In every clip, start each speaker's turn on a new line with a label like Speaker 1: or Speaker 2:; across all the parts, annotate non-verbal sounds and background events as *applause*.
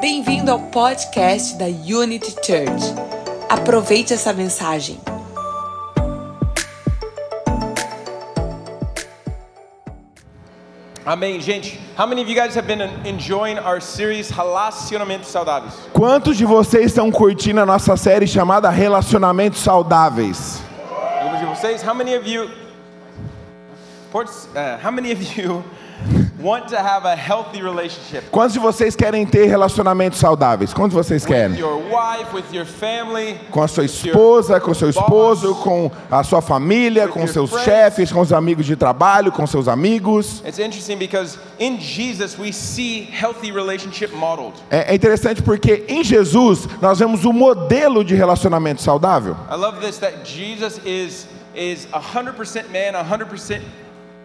Speaker 1: Bem-vindo ao podcast da Unity Church. Aproveite essa mensagem.
Speaker 2: Amém, gente. How many of you guys have been enjoying our series Relacionamentos Saudáveis?
Speaker 3: Quantos de vocês estão curtindo a nossa série chamada Relacionamentos Saudáveis?
Speaker 2: Alguns de vocês, how many of you Ports- uh, how many of you *laughs* want to have a healthy relationship
Speaker 3: Quantos de vocês querem ter relacionamentos saudáveis? Quantos vocês
Speaker 2: with
Speaker 3: querem?
Speaker 2: your wife, with your family?
Speaker 3: Com a sua esposa, com seu esposo, com a sua família, com seus chefes, com os amigos de trabalho, com seus amigos.
Speaker 2: It's interesting because in Jesus we see healthy relationship modeled.
Speaker 3: É é interessante porque em Jesus nós vemos o modelo de relacionamento saudável.
Speaker 2: I love this that Jesus is is 100% man, 100%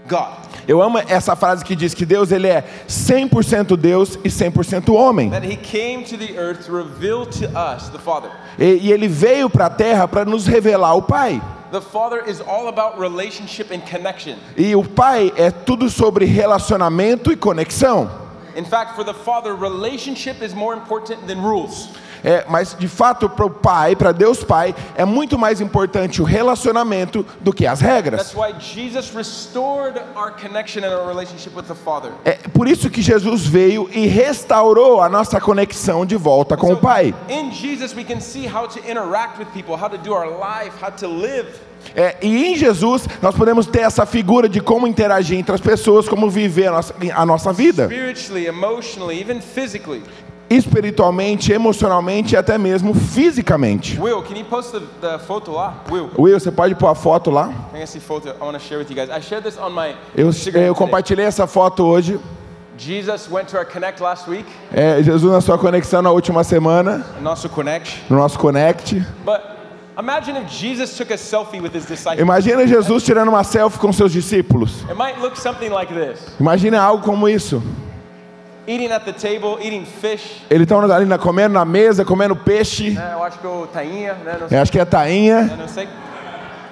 Speaker 2: God.
Speaker 3: Eu amo essa frase que diz que Deus ele é 100% Deus e 100% homem.
Speaker 2: That he came to the earth to reveal to us the Father.
Speaker 3: E, e ele veio para a terra para nos revelar o Pai.
Speaker 2: The Father is all about relationship and connection.
Speaker 3: E o pai é tudo sobre relacionamento e conexão.
Speaker 2: In fact, for the Father, relationship is more important than rules.
Speaker 3: É, mas de fato, para o pai, para Deus Pai, é muito mais importante o relacionamento do que as
Speaker 2: That's
Speaker 3: regras.
Speaker 2: why Jesus restored our connection and our relationship with the Father.
Speaker 3: É por isso que Jesus veio e restaurou a nossa conexão de volta com o
Speaker 2: So,
Speaker 3: Pai.
Speaker 2: in Jesus, we can see how to interact with people, how to do our life, how to live.
Speaker 3: É, e em Jesus, nós podemos ter essa figura de como interagir entre as pessoas, como viver a nossa, a nossa vida,
Speaker 2: Spiritually, emotionally, even physically.
Speaker 3: espiritualmente, emocionalmente e até mesmo fisicamente.
Speaker 2: Will, can you post the, the photo lá? Will,
Speaker 3: Will, você pode pôr a foto lá?
Speaker 2: I can see photo. I want to share with you guys. I shared this on my
Speaker 3: Eu,
Speaker 2: Instagram.
Speaker 3: eu
Speaker 2: today.
Speaker 3: compartilhei essa foto hoje.
Speaker 2: Jesus went to our Connect last week,
Speaker 3: É, Jesus na sua conexão na última semana,
Speaker 2: nosso Connect.
Speaker 3: no nosso Connect.
Speaker 2: But imagine if Jesus took a selfie with his disciples.
Speaker 3: Imagina Jesus tirando uma selfie com seus discípulos.
Speaker 2: It might look something like this
Speaker 3: Imagina algo como isso.
Speaker 2: eating at the table, eating fish.
Speaker 3: Eles estão ali na, comendo na mesa, comendo peixe.
Speaker 2: né? Eh, Eu acho que o tainha, né? Não sei,
Speaker 3: Eu acho que é tainha.
Speaker 2: né? Não sei.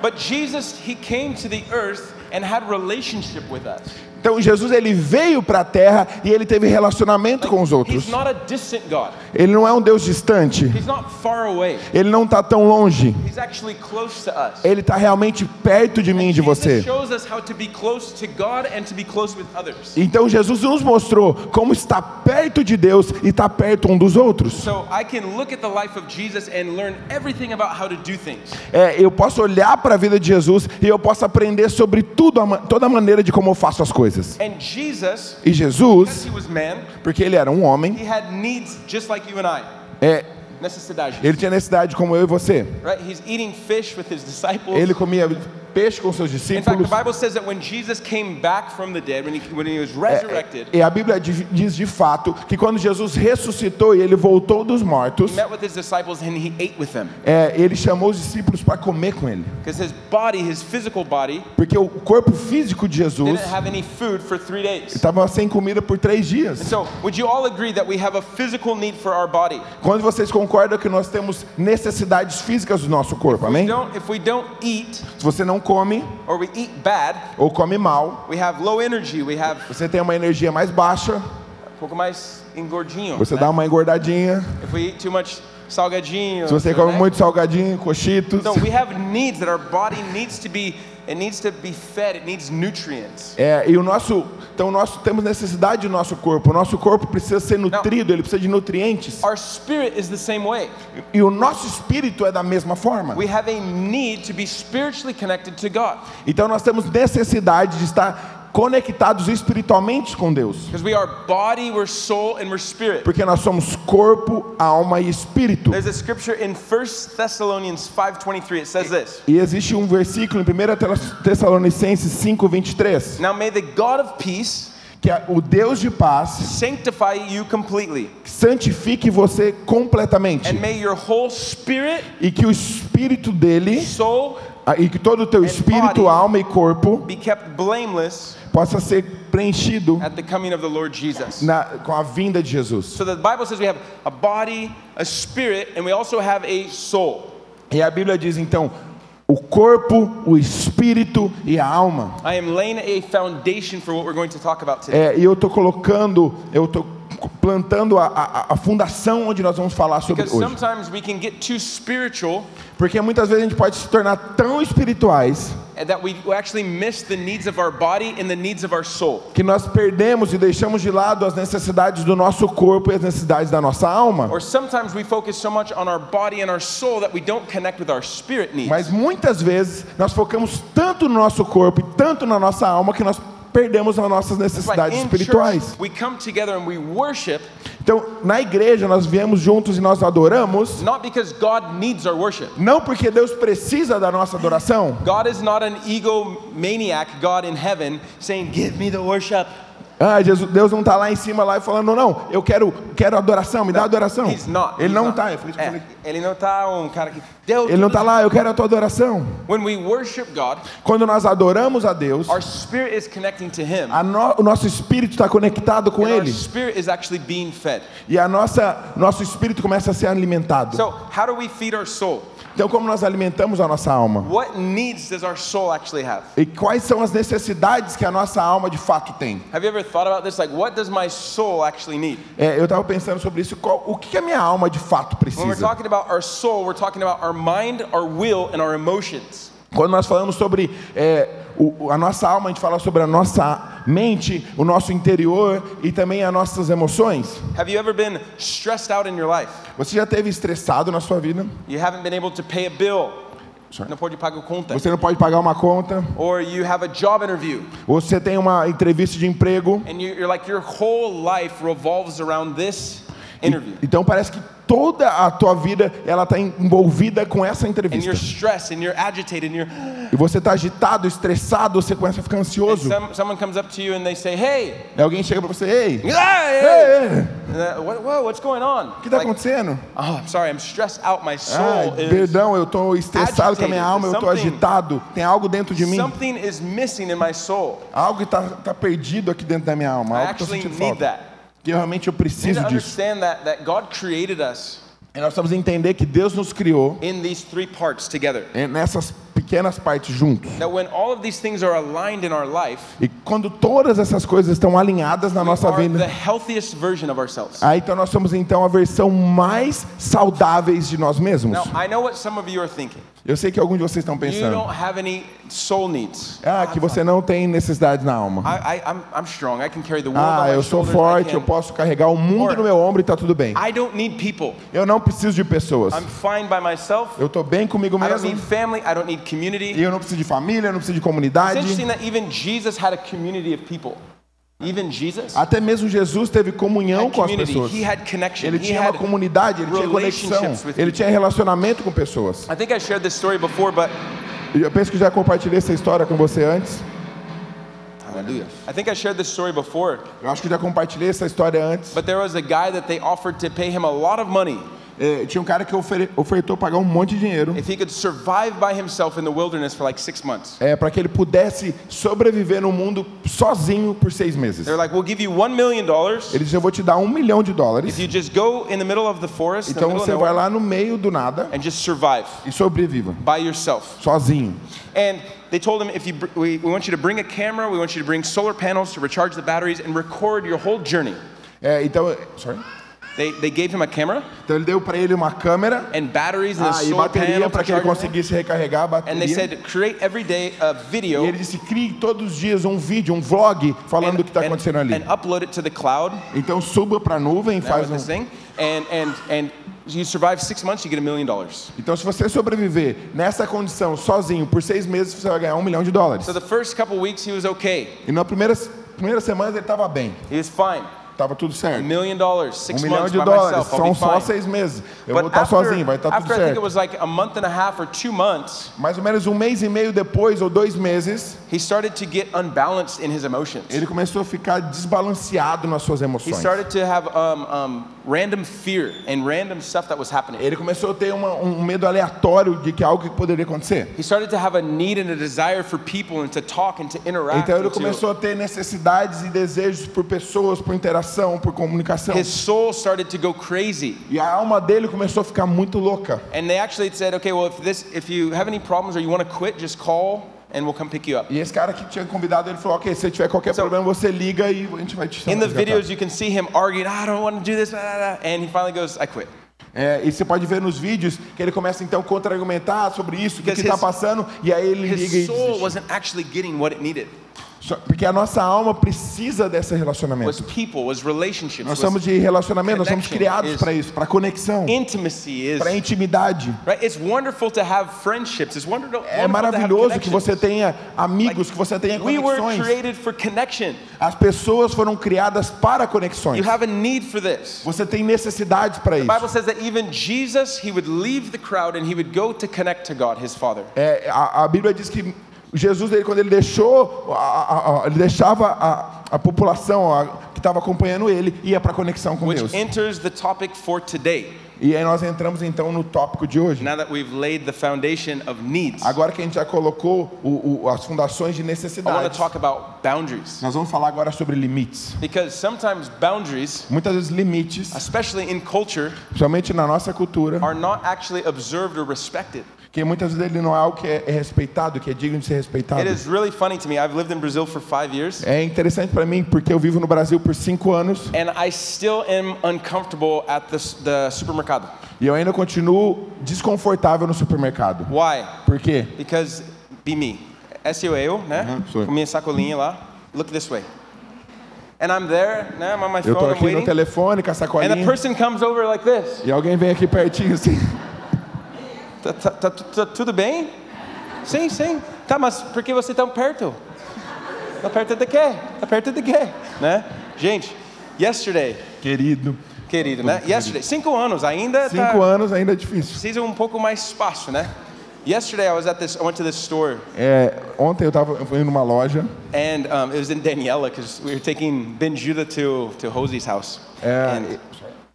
Speaker 2: But Jesus, he came to the earth and had relationship with us.
Speaker 3: Então Jesus ele veio para a terra e ele teve relacionamento com os outros.
Speaker 2: He's not a distant God.
Speaker 3: Ele não é um Deus distante.
Speaker 2: He's not far away.
Speaker 3: Ele não está tão longe.
Speaker 2: He's actually close to us.
Speaker 3: Ele está realmente perto de mim e de
Speaker 2: Jesus
Speaker 3: você.
Speaker 2: shows us how to be close to God and to be close with others.
Speaker 3: Então Jesus nos mostrou como está perto de Deus e está perto um dos outros.
Speaker 2: So I can look at the life of Jesus and learn everything about how to do things.
Speaker 3: É, eu posso olhar para a vida de Jesus e eu posso aprender sobre tudo, a ma- toda a maneira de como eu faço as coisas.
Speaker 2: And Jesus,
Speaker 3: E
Speaker 2: because
Speaker 3: Jesus,
Speaker 2: he was man,
Speaker 3: porque ele era um homem,
Speaker 2: he had needs just like you and I.
Speaker 3: é,
Speaker 2: Necessidade.
Speaker 3: ele tinha necessidade como eu e você.
Speaker 2: Right? He's eating fish with his disciples.
Speaker 3: Ele comia peixe com seus
Speaker 2: In fact, the
Speaker 3: discípulos.
Speaker 2: Bible says that when Jesus came back from the dead, when he, when he was
Speaker 3: É,
Speaker 2: resurrected,
Speaker 3: é, e a Bíblia di- diz de fato que quando Jesus ressuscitou e ele voltou dos mortos,
Speaker 2: he met with his disciples and he ate with them.
Speaker 3: é, ele chamou os discípulos para comer com ele.
Speaker 2: Because his body, his physical body,
Speaker 3: Porque o corpo físico de Jesus
Speaker 2: didn't have any food for three days.
Speaker 3: estava sem comida por três dias.
Speaker 2: So, would you all agree that we have a physical need for our body?
Speaker 3: Quando vocês concordam que nós temos necessidades físicas do nosso corpo,
Speaker 2: We
Speaker 3: amém?
Speaker 2: don't, if we don't eat
Speaker 3: Se você não come
Speaker 2: or we eat bad,
Speaker 3: ou come mal,
Speaker 2: we have low energy, we have
Speaker 3: você tem uma energia mais baixa,
Speaker 2: pouco mais engordinho.
Speaker 3: você dá uma engordadinha,
Speaker 2: If we eat too much salgadinho.
Speaker 3: se você come muito salgadinho, cochitos.
Speaker 2: So we have needs that our body needs to be it needs to be fed, it needs nutrients.
Speaker 3: É, e o nosso, então nós temos necessidade do nosso corpo. O nosso corpo precisa ser nutrido, ele precisa de nutrientes.
Speaker 2: Our spirit is the same way.
Speaker 3: E o nosso espírito é da mesma forma.
Speaker 2: We have a need to be spiritually connected to God
Speaker 3: Então nós temos necessidade de estar conectados espiritualmente com Deus,
Speaker 2: because we are body, we're soul, and we're spirit.
Speaker 3: porque nós somos corpo, alma e espírito.
Speaker 2: There's a scripture in 1 Thessalonians 5:23. It says this.
Speaker 3: E existe um versículo em 1 Tessalonicenses 5:23,
Speaker 2: Now may the God of peace
Speaker 3: que é o Deus de paz
Speaker 2: sanctify you completely,
Speaker 3: santifique você completamente
Speaker 2: and may your whole spirit,
Speaker 3: e que o espírito dele
Speaker 2: soul
Speaker 3: ah, e que todo o teu espírito,
Speaker 2: body.
Speaker 3: alma e corpo
Speaker 2: be kept blameless
Speaker 3: possa ser preenchido
Speaker 2: at the coming of the Lord Jesus.
Speaker 3: na- com a vinda de Jesus.
Speaker 2: So the Bible says we have a body, a spirit, and we also have a soul.
Speaker 3: E a Bíblia diz então o corpo, o espírito e a alma. Eh,
Speaker 2: I am laying a foundation for what we're going to talk about today.
Speaker 3: É, e eu estou colocando, eu estou plantando a, a, a fundação onde nós vamos falar sobre
Speaker 2: Because
Speaker 3: hoje.
Speaker 2: sometimes we can get too spiritual
Speaker 3: Porque muitas vezes a gente pode se tornar tão espirituais
Speaker 2: eh, that we actually miss the needs of our body and the needs of our soul.
Speaker 3: que nós perdemos e deixamos de lado as necessidades do nosso corpo e as necessidades da nossa alma.
Speaker 2: Or sometimes we focus so much on our body and our soul that we don't connect with our spirit needs.
Speaker 3: Mas muitas vezes nós focamos tanto no nosso corpo e tanto na nossa alma que nós perdemos as nossas
Speaker 2: That's
Speaker 3: necessidades
Speaker 2: in
Speaker 3: espirituais.
Speaker 2: church, we come together and we worship
Speaker 3: Então, na igreja nós viemos juntos e nós adoramos,
Speaker 2: not because God needs our worship.
Speaker 3: não porque Deus precisa da nossa adoração.
Speaker 2: God is not an egomaniac God in heaven saying, "Give me the worship."
Speaker 3: Ah, Jesus, Deus não está lá em cima lá e falando, não, eu quero, quero adoração, me dá adoração.
Speaker 2: He's not.
Speaker 3: Ele
Speaker 2: he's
Speaker 3: não tá,
Speaker 2: not.
Speaker 3: está, ele
Speaker 2: É, ele não tá um cara que Deus.
Speaker 3: não está lá, eu quero a tua adoração.
Speaker 2: When we worship God,
Speaker 3: Quando nós adoramos a Deus,
Speaker 2: our spirit is connecting to Him.
Speaker 3: a no- o nosso espírito está conectado Ah, com
Speaker 2: and our
Speaker 3: Ele
Speaker 2: spirit is actually being fed.
Speaker 3: e a nossa nosso espírito começa a ser alimentado.
Speaker 2: So, how do we feed our soul?
Speaker 3: Então, como nós alimentamos a nossa alma?
Speaker 2: What needs does our soul actually have?
Speaker 3: E quais são as necessidades que a nossa alma de fato tem?
Speaker 2: Have you ever thought about this? Like, what does my soul actually need?
Speaker 3: É, eu estava pensando sobre isso. qual- o que que a minha alma de fato
Speaker 2: When we're
Speaker 3: precisa?
Speaker 2: talking about our soul, we're talking about our mind, our will, and our emotions.
Speaker 3: Quando nós falamos sobre é, o- o- a nossa alma, a gente fala sobre a nossa mente, o nosso interior e também as nossas emoções.
Speaker 2: Have you ever been stressed out in your life?
Speaker 3: Você já teve estressado na sua vida?
Speaker 2: You haven't been able to pay a bill. Não pode pagar conta.
Speaker 3: Você não pode pagar uma conta?
Speaker 2: Or you have a job interview
Speaker 3: Ou você tem uma entrevista de emprego?
Speaker 2: and you, you're like your whole life revolves around this interview.
Speaker 3: Então parece que toda a tua vida ela está envolvida com essa
Speaker 2: And
Speaker 3: entrevista.
Speaker 2: you're stressed and you're agitated and you're
Speaker 3: E você está agitado, estressado, você começa a ficar
Speaker 2: and
Speaker 3: ansioso.
Speaker 2: some, someone comes up to you and they say, "Hey, Ah,
Speaker 3: E alguém chega para você,
Speaker 2: hey,
Speaker 3: ei, ei, ei,
Speaker 2: And, uh, what, whoa, what's going on?"
Speaker 3: o que está
Speaker 2: Like,
Speaker 3: acontecendo?
Speaker 2: oh, I'm sorry, I'm stressed out. My soul
Speaker 3: Ah,
Speaker 2: is
Speaker 3: perdão, eu estou estressado com a minha
Speaker 2: agitated,
Speaker 3: alma, eu estou
Speaker 2: something-
Speaker 3: agitado. Tem algo dentro de mim,
Speaker 2: something is missing in my soul.
Speaker 3: algo que está tá perdido aqui dentro da minha alma,
Speaker 2: I
Speaker 3: algo que eu estou
Speaker 2: actually
Speaker 3: sentindo
Speaker 2: need
Speaker 3: falta.
Speaker 2: that.
Speaker 3: Que eu realmente eu
Speaker 2: You need
Speaker 3: preciso
Speaker 2: to
Speaker 3: disso.
Speaker 2: understand that that God created us
Speaker 3: E nós precisamos entender que Deus nos criou
Speaker 2: in these three parts together.
Speaker 3: eh, nessas pequenas partes juntos.
Speaker 2: That when all of these things are aligned in our life,
Speaker 3: E quando todas essas coisas estão alinhadas na
Speaker 2: we
Speaker 3: nossa
Speaker 2: are
Speaker 3: vida,
Speaker 2: the healthiest version of ourselves.
Speaker 3: Ah, então nós somos então a versão mais saudáveis de nós mesmos.
Speaker 2: Now, I know what some of you are thinking.
Speaker 3: Eu sei que alguns de vocês estão
Speaker 2: You don't
Speaker 3: pensando.
Speaker 2: have any soul needs.
Speaker 3: Ah, que você não tem necessidade na alma.
Speaker 2: I, I, I'm, I'm strong. I can carry the world on
Speaker 3: Ah,
Speaker 2: my
Speaker 3: eu sou
Speaker 2: shoulders. I,
Speaker 3: forte,
Speaker 2: can-
Speaker 3: eu posso carregar o mundo no meu ombro e tá tudo bem.
Speaker 2: I don't need people.
Speaker 3: Eu não preciso de pessoas.
Speaker 2: I'm fine by myself.
Speaker 3: Eu tô bem comigo
Speaker 2: I don't
Speaker 3: mesmo.
Speaker 2: need family. I don't need
Speaker 3: E
Speaker 2: community.
Speaker 3: eu não preciso de família, eu não preciso de
Speaker 2: It's
Speaker 3: comunidade.
Speaker 2: interesting that even Jesus had a community of people. Even Jesus had
Speaker 3: Até mesmo Jesus teve comunhão Ah, com as
Speaker 2: community.
Speaker 3: pessoas.
Speaker 2: He had connection.
Speaker 3: Ele
Speaker 2: He
Speaker 3: tinha uma
Speaker 2: had
Speaker 3: comunidade, ele tinha conexão,
Speaker 2: relationships with
Speaker 3: ele
Speaker 2: people.
Speaker 3: tinha relacionamento com pessoas.
Speaker 2: I think I shared this story before, but
Speaker 3: Eu penso que já compartilhei essa história com você antes.
Speaker 2: I think I shared this story before.
Speaker 3: Eu acho que já compartilhei essa história antes.
Speaker 2: But there was a guy that they offered to pay him a lot of money
Speaker 3: É, tinha um cara que ofere- ofertou pagar um monte de dinheiro
Speaker 2: if he could survive by himself in the wilderness for like six months.
Speaker 3: é, para que ele pudesse sobreviver no mundo sozinho por seis meses.
Speaker 2: They're like, we'll give you one million dollars
Speaker 3: Ele disse, eu vou te dar um milhão de
Speaker 2: if
Speaker 3: dólares,
Speaker 2: you just go in the middle of the forest, in the
Speaker 3: então
Speaker 2: middle of
Speaker 3: você vai
Speaker 2: nowhere,
Speaker 3: lá no meio do nada
Speaker 2: and just survive
Speaker 3: e sobreviva,
Speaker 2: by yourself.
Speaker 3: sozinho.
Speaker 2: And they told him, if you br- we, we want you to bring a camera, we want you to bring solar panels to recharge the batteries and record your whole journey.
Speaker 3: É, então, sorry.
Speaker 2: They, they gave him a camera
Speaker 3: então ele deu para ele uma câmera
Speaker 2: and batteries and a
Speaker 3: ah, e
Speaker 2: solar
Speaker 3: bateria
Speaker 2: panel
Speaker 3: para
Speaker 2: to
Speaker 3: que ele
Speaker 2: charge it.
Speaker 3: conseguisse recarregar a
Speaker 2: And they
Speaker 3: bateria.
Speaker 2: said, create every day a video
Speaker 3: E ele disse, crie todos os dias um vídeo, um vlog falando do que está acontecendo ali.
Speaker 2: and upload it to the cloud.
Speaker 3: Então suba para a nuvem,
Speaker 2: That was
Speaker 3: faz um...
Speaker 2: this thing. And, and, and you survive six months, you get a million dollars.
Speaker 3: Então se você sobreviver nessa condição sozinho por seis meses, você vai ganhar um milhão de dólares.
Speaker 2: So the first couple weeks, he was okay.
Speaker 3: E na primeira, primeira semana ele estava bem,
Speaker 2: He was fine.
Speaker 3: estava tudo
Speaker 2: A
Speaker 3: certo.
Speaker 2: million dollars,
Speaker 3: Um
Speaker 2: six
Speaker 3: milhão
Speaker 2: months
Speaker 3: de
Speaker 2: by
Speaker 3: dólares,
Speaker 2: myself, I'll
Speaker 3: são
Speaker 2: be
Speaker 3: só
Speaker 2: fine.
Speaker 3: seis meses. Eu vou
Speaker 2: But
Speaker 3: estar sozinho, vai estar tudo
Speaker 2: after I think it
Speaker 3: certo.
Speaker 2: was like a month and a half or two months,
Speaker 3: Mais ou menos um mês e meio depois, ou dois meses,
Speaker 2: he started to get unbalanced in his emotions.
Speaker 3: ele começou a ficar desbalanceado nas suas
Speaker 2: He
Speaker 3: emoções.
Speaker 2: started to have um, um, random fear and random stuff that was happening.
Speaker 3: Ele começou a ter uma- um medo aleatório de que algo que poderia acontecer.
Speaker 2: He started to have a need and a desire for people and to talk and to interact.
Speaker 3: Então ele
Speaker 2: and to-
Speaker 3: começou a ter necessidades e desejos por pessoas, por interação, por comunicação.
Speaker 2: his soul started to go crazy.
Speaker 3: E a alma dele começou a ficar muito louca.
Speaker 2: And they actually said, okay, well, if this, if you have any problems or you want to quit, just call and we'll come pick you up.
Speaker 3: E esse cara que tinha convidado, ele falou, ok, se tiver qualquer
Speaker 2: So-
Speaker 3: problema, você liga e a gente vai te
Speaker 2: In the
Speaker 3: resgatar."
Speaker 2: videos, you can see him arguing, "Ah, I don't want to do this, blah, blah, blah," and he finally goes, I quit.
Speaker 3: É, e você pode ver nos vídeos que ele começa então a contra-argumentar sobre isso, o que
Speaker 2: Because
Speaker 3: está
Speaker 2: his-
Speaker 3: passando, e aí ele liga e
Speaker 2: His soul
Speaker 3: desiste.
Speaker 2: wasn't actually getting what it needed.
Speaker 3: Só- Porque a nossa alma precisa desse
Speaker 2: Was
Speaker 3: relacionamento.
Speaker 2: people, was relationships, was
Speaker 3: Nós somos de relacionamento, nós somos
Speaker 2: Connection
Speaker 3: criados
Speaker 2: is-
Speaker 3: para isso, para conexão,
Speaker 2: intimacy, is
Speaker 3: para intimidade.
Speaker 2: right. It's wonderful to have friendships. It's wonderful.
Speaker 3: É
Speaker 2: wonderful to have
Speaker 3: maravilhoso Eh, que
Speaker 2: connections.
Speaker 3: você tenha amigos, que você tenha
Speaker 2: We were
Speaker 3: conexões.
Speaker 2: created for connection.
Speaker 3: As pessoas foram criadas para
Speaker 2: You
Speaker 3: conexões.
Speaker 2: have a need for this.
Speaker 3: Você tem necessidades para
Speaker 2: The Bible
Speaker 3: isso.
Speaker 2: says that even Jesus, he would leave the crowd and he would go to connect to God, his Father.
Speaker 3: É, a, a Bíblia diz que Jesus, ele, quando ele deixou, a- a- a- ele deixava a, a população a- que estava acompanhando ele, ia para conexão com Deus.
Speaker 2: Which enters the topic for today.
Speaker 3: E aí nós entramos então no tópico de hoje.
Speaker 2: Now that we've laid the foundation of needs, I
Speaker 3: Agora que a gente já colocou o- o- as fundações de
Speaker 2: want
Speaker 3: necessidade,
Speaker 2: to talk about boundaries.
Speaker 3: nós vamos falar agora sobre limites.
Speaker 2: Because sometimes boundaries,
Speaker 3: Muitas vezes limites,
Speaker 2: especially in culture,
Speaker 3: principalmente na nossa cultura,
Speaker 2: are not actually observed or respected.
Speaker 3: que muitas vezes ele não é algo que é é respeitado, que é digno de ser respeitado.
Speaker 2: It is really funny to me. I've lived in Brazil for five years,
Speaker 3: É interessante para mim porque eu vivo no Brasil por cinco anos
Speaker 2: and I still am uncomfortable at the, s- the supermercado.
Speaker 3: e eu ainda continuo desconfortável no supermercado.
Speaker 2: Why?
Speaker 3: Por quê?
Speaker 2: Because be me. S E eu, eu, né?
Speaker 3: Aham, sou eu.
Speaker 2: Com minha sacolinha lá. Look this way. And I'm there, né? I'm on my
Speaker 3: Eu tô
Speaker 2: phone, I'm
Speaker 3: aqui no
Speaker 2: waiting.
Speaker 3: telefone com a
Speaker 2: And the
Speaker 3: sacolinha
Speaker 2: person comes over like this.
Speaker 3: e alguém vem aqui pertinho assim.
Speaker 2: Tá, tá, tá, tu- tá tudo bem? Sim, sim. Tá, mas por que você tão perto? Tá perto de quê? Tá perto de quê? Né? Gente, yesterday,
Speaker 3: Querido,
Speaker 2: querido, né? Yesterday, cinco anos, ainda tá...
Speaker 3: cinco anos ainda é difícil.
Speaker 2: Precisa um pouco mais espaço, né? Yesterday I was at this, I went to this store
Speaker 3: É, ontem eu tava eu fui numa loja
Speaker 2: And um, it was in Daniela because we were taking Ben Judah to, to Hosey's house.
Speaker 3: Yeah.
Speaker 2: And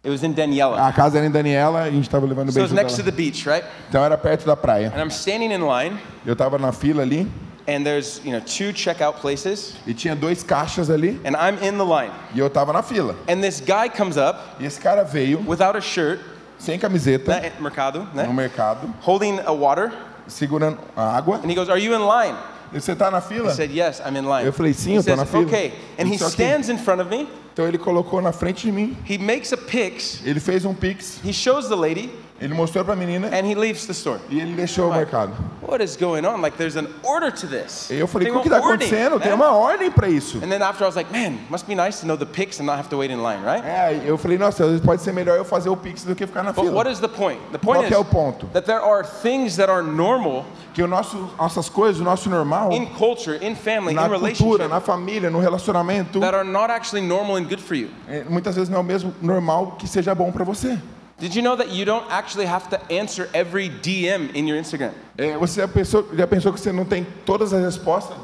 Speaker 2: it was in Daniela.
Speaker 3: A casa era em Daniela, a gente tava levando
Speaker 2: so it
Speaker 3: bem
Speaker 2: was next to the beach, right?
Speaker 3: Então era perto da praia.
Speaker 2: And I'm standing in line,
Speaker 3: Eu tava na fila ali
Speaker 2: and there's you know two checkout places,
Speaker 3: e tinha dois caixas ali
Speaker 2: and I'm in the line.
Speaker 3: e eu tava na fila.
Speaker 2: And this guy comes up
Speaker 3: E esse cara veio
Speaker 2: without a shirt,
Speaker 3: sem camiseta
Speaker 2: né, at Mercado, né,
Speaker 3: no mercado,
Speaker 2: holding a water,
Speaker 3: segurando a água.
Speaker 2: and he goes, "Are you in line?"
Speaker 3: E você tá na fila?
Speaker 2: I said, "Yes, I'm in line."
Speaker 3: Eu falei, "Sim,
Speaker 2: he
Speaker 3: eu tô
Speaker 2: says,
Speaker 3: na fila."
Speaker 2: "Okay," and he
Speaker 3: Só que-
Speaker 2: stands in front of me.
Speaker 3: Então ele colocou na frente de mim.
Speaker 2: He makes a pix.
Speaker 3: Ele fez um pix,
Speaker 2: He shows the lady,
Speaker 3: ele mostrou pra menina
Speaker 2: and he leaves the store.
Speaker 3: e ele deixou o mercado.
Speaker 2: What is going on? Like, there's an order to this.
Speaker 3: E eu falei,
Speaker 2: Tem
Speaker 3: o que
Speaker 2: uma
Speaker 3: tá
Speaker 2: ordem,
Speaker 3: acontecendo?
Speaker 2: né?
Speaker 3: Tem uma ordem pra isso.
Speaker 2: And then after I was like, man, must be nice to know the picks and not have to wait in line, right?
Speaker 3: É, eu falei, nossa, às vezes pode ser melhor eu fazer o pix do que ficar na
Speaker 2: But what
Speaker 3: fila.
Speaker 2: is the point? The
Speaker 3: Qual
Speaker 2: point
Speaker 3: que é o
Speaker 2: is
Speaker 3: ponto?
Speaker 2: that there are things that are normal
Speaker 3: Que o nosso, nossas coisas, o nosso normal,
Speaker 2: in culture, in family,
Speaker 3: na
Speaker 2: in
Speaker 3: cultura,
Speaker 2: relationship
Speaker 3: na família, no relacionamento,
Speaker 2: that are not actually normal and good for you.
Speaker 3: é, muitas vezes não é o mesmo normal que seja bom pra você.
Speaker 2: Did you know that you don't actually have to answer every DM in your Instagram?
Speaker 3: É, você já pensou, já pensou que você não tem todas as respostas?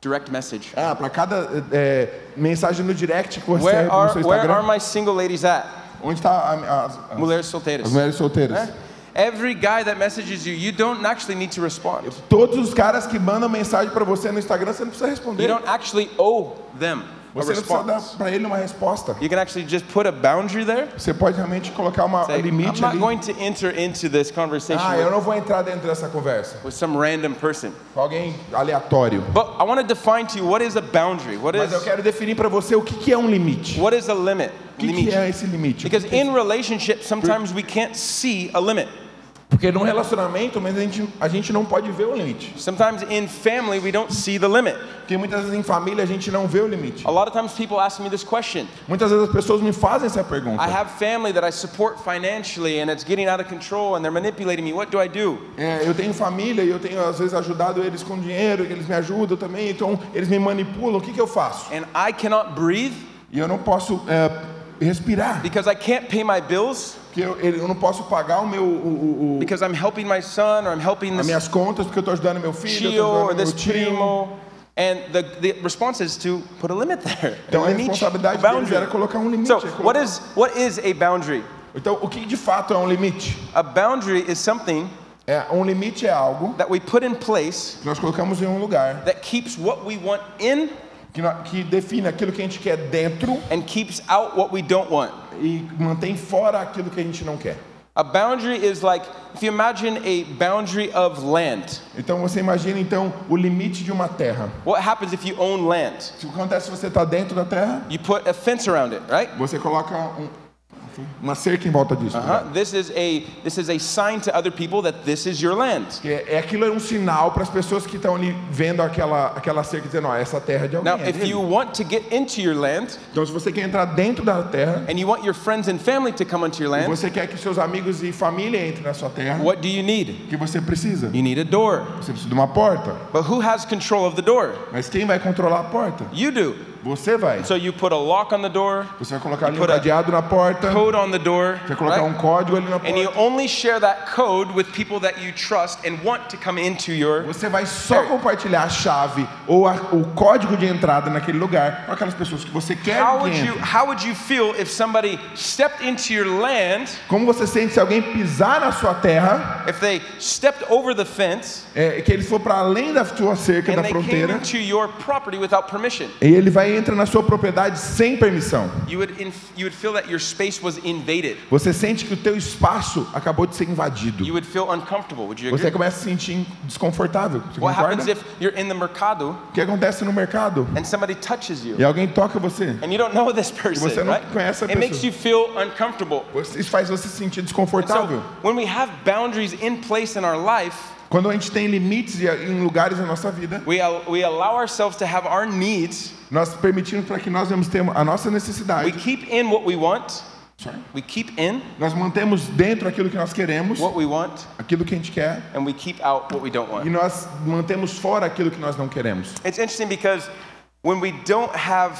Speaker 2: Direct message.
Speaker 3: Ah, para cada é, mensagem no direct que você recebe
Speaker 2: Where
Speaker 3: no
Speaker 2: are,
Speaker 3: seu
Speaker 2: where
Speaker 3: Instagram,
Speaker 2: are my single ladies at?
Speaker 3: onde está a- as,
Speaker 2: Mulheres
Speaker 3: as
Speaker 2: solteiras.
Speaker 3: mulheres solteiras?
Speaker 2: É? Every guy that messages you, you don't actually need to respond.
Speaker 3: Todos os caras que mandam mensagem para você no Instagram, você não precisa
Speaker 2: You
Speaker 3: responder.
Speaker 2: don't actually owe them a
Speaker 3: Você não precisa
Speaker 2: response.
Speaker 3: dar para ele uma resposta.
Speaker 2: You can actually just put a boundary there.
Speaker 3: Você pode realmente colocar uma
Speaker 2: Say, I'm
Speaker 3: limite
Speaker 2: not
Speaker 3: ali.
Speaker 2: going to enter into this conversation
Speaker 3: Ah, eu
Speaker 2: with,
Speaker 3: não vou entrar dentro dessa conversa.
Speaker 2: with some random person.
Speaker 3: Com alguém aleatório.
Speaker 2: But I want to define to you what is a boundary? What
Speaker 3: Mas eu
Speaker 2: is
Speaker 3: quero definir para você o que, que é um limite.
Speaker 2: what is a limit?
Speaker 3: O que, que é esse limite?
Speaker 2: Because in relationships, sometimes we can't see a limit.
Speaker 3: Porque num relacionamento, mas a gente, a gente não pode ver o limite.
Speaker 2: Sometimes in family, we don't see the limit.
Speaker 3: Porque muitas vezes em família a gente não vê o limite.
Speaker 2: A lot of times people ask me this question.
Speaker 3: Muitas vezes as pessoas me fazem essa pergunta.
Speaker 2: I have family that I support financially and it's getting out of control and they're manipulating me. What do I do?
Speaker 3: É, eu tenho família e eu tenho às vezes ajudado eles com dinheiro, eles me ajudam também, então eles me manipulam. O que, que eu faço?
Speaker 2: And I cannot breathe
Speaker 3: E eu não posso é, respirar,
Speaker 2: because I can't pay my bills
Speaker 3: porque eu, eu não posso pagar o meu, o, o- o-
Speaker 2: because I'm helping my son or I'm helping
Speaker 3: as
Speaker 2: this
Speaker 3: minhas contas, porque eu estou ajudando meu filho,
Speaker 2: tio
Speaker 3: eu tô
Speaker 2: or
Speaker 3: ajudando meu
Speaker 2: this
Speaker 3: tio.
Speaker 2: primo. And the, the response is to put a limit there.
Speaker 3: *laughs* Então a
Speaker 2: a um limite, a
Speaker 3: responsabilidade deles era
Speaker 2: boundary.
Speaker 3: colocar um limite.
Speaker 2: So,
Speaker 3: é colocar-
Speaker 2: what is, what is a boundary?
Speaker 3: Então o que de fato é um limite?
Speaker 2: A boundary is something
Speaker 3: É, um limite é algo
Speaker 2: that we put in place
Speaker 3: que nós colocamos em um lugar,
Speaker 2: that keeps what we want in
Speaker 3: que, nó- que define aquilo que a gente quer dentro
Speaker 2: and keeps out what we don't want.
Speaker 3: e mantém fora aquilo que a gente não quer.
Speaker 2: A boundary is like, if you imagine a boundary of land,
Speaker 3: Então você imagina então o limite de uma terra.
Speaker 2: what happens if you own land?
Speaker 3: O que acontece se você está dentro da terra?
Speaker 2: You put a fence around it, right?
Speaker 3: Você coloca um- uma cerca em volta disso. né?
Speaker 2: Uh-huh. This is a this is a sign to other people that this is your land.
Speaker 3: Que é, é- aquilo é um sinal para as pessoas que estão ali vendo aquela, aquela cerca dizendo, ó, essa terra é de alguém.
Speaker 2: Now,
Speaker 3: é
Speaker 2: if
Speaker 3: dele."
Speaker 2: you want to get into your land
Speaker 3: Então se você quer entrar dentro da terra,
Speaker 2: and you want your friends and family to come onto your land,
Speaker 3: você quer que seus amigos e família entrem na sua terra,
Speaker 2: what do you need?
Speaker 3: o que você precisa?
Speaker 2: You need a door.
Speaker 3: Você precisa de uma porta.
Speaker 2: But who has control of the door?
Speaker 3: Mas quem vai controlar a porta?
Speaker 2: You do.
Speaker 3: Você vai.
Speaker 2: So you put a lock on the door,
Speaker 3: Você vai colocar ali um
Speaker 2: Put a-
Speaker 3: cadeado na porta, você
Speaker 2: code on the door,
Speaker 3: vai colocar
Speaker 2: right?
Speaker 3: um código ali na
Speaker 2: and
Speaker 3: porta.
Speaker 2: you only share that code with people that you trust and want to come into your.
Speaker 3: Você vai só compartilhar a chave ou a- o código de entrada naquele lugar com aquelas pessoas que você quer
Speaker 2: How
Speaker 3: que
Speaker 2: would you
Speaker 3: entrem.
Speaker 2: how would you feel if somebody stepped into your land,
Speaker 3: Como você sente se alguém pisar na sua terra,
Speaker 2: if they stepped over the fence
Speaker 3: é, que ele for para além da sua cerca,
Speaker 2: and
Speaker 3: da
Speaker 2: they came
Speaker 3: fronteira,
Speaker 2: into your property without permission?
Speaker 3: e ele vai entrar na sua propriedade sem permissão.
Speaker 2: You would inf- you would feel that your space was invaded.
Speaker 3: Você sente que o teu espaço acabou de ser invadido.
Speaker 2: You would feel uncomfortable. Would you
Speaker 3: Você
Speaker 2: agree?
Speaker 3: começa a se sentir desconfortável. Você
Speaker 2: What
Speaker 3: concorda?
Speaker 2: happens if you're in the mercado
Speaker 3: O que acontece no mercado?
Speaker 2: and somebody touches you?
Speaker 3: E alguém toca você.
Speaker 2: and you don't know this person,
Speaker 3: você não
Speaker 2: right?
Speaker 3: conhece a
Speaker 2: it makes
Speaker 3: pessoa.
Speaker 2: you feel uncomfortable.
Speaker 3: Você- Isso faz você se sentir
Speaker 2: And so
Speaker 3: desconfortável.
Speaker 2: when we have boundaries in place in our life,
Speaker 3: Quando a gente tem limites e- em lugares na nossa vida,
Speaker 2: we, al- we allow ourselves to have our needs.
Speaker 3: nós permitimos para que nós vamos ter a nossa
Speaker 2: We
Speaker 3: necessidade.
Speaker 2: keep in what we want. We keep in
Speaker 3: Nós mantemos dentro aquilo que nós queremos,
Speaker 2: what we want,
Speaker 3: aquilo que a gente quer,
Speaker 2: and we keep out what we don't
Speaker 3: e
Speaker 2: want.
Speaker 3: nós mantemos fora aquilo que nós não queremos.
Speaker 2: It's interesting because when we don't have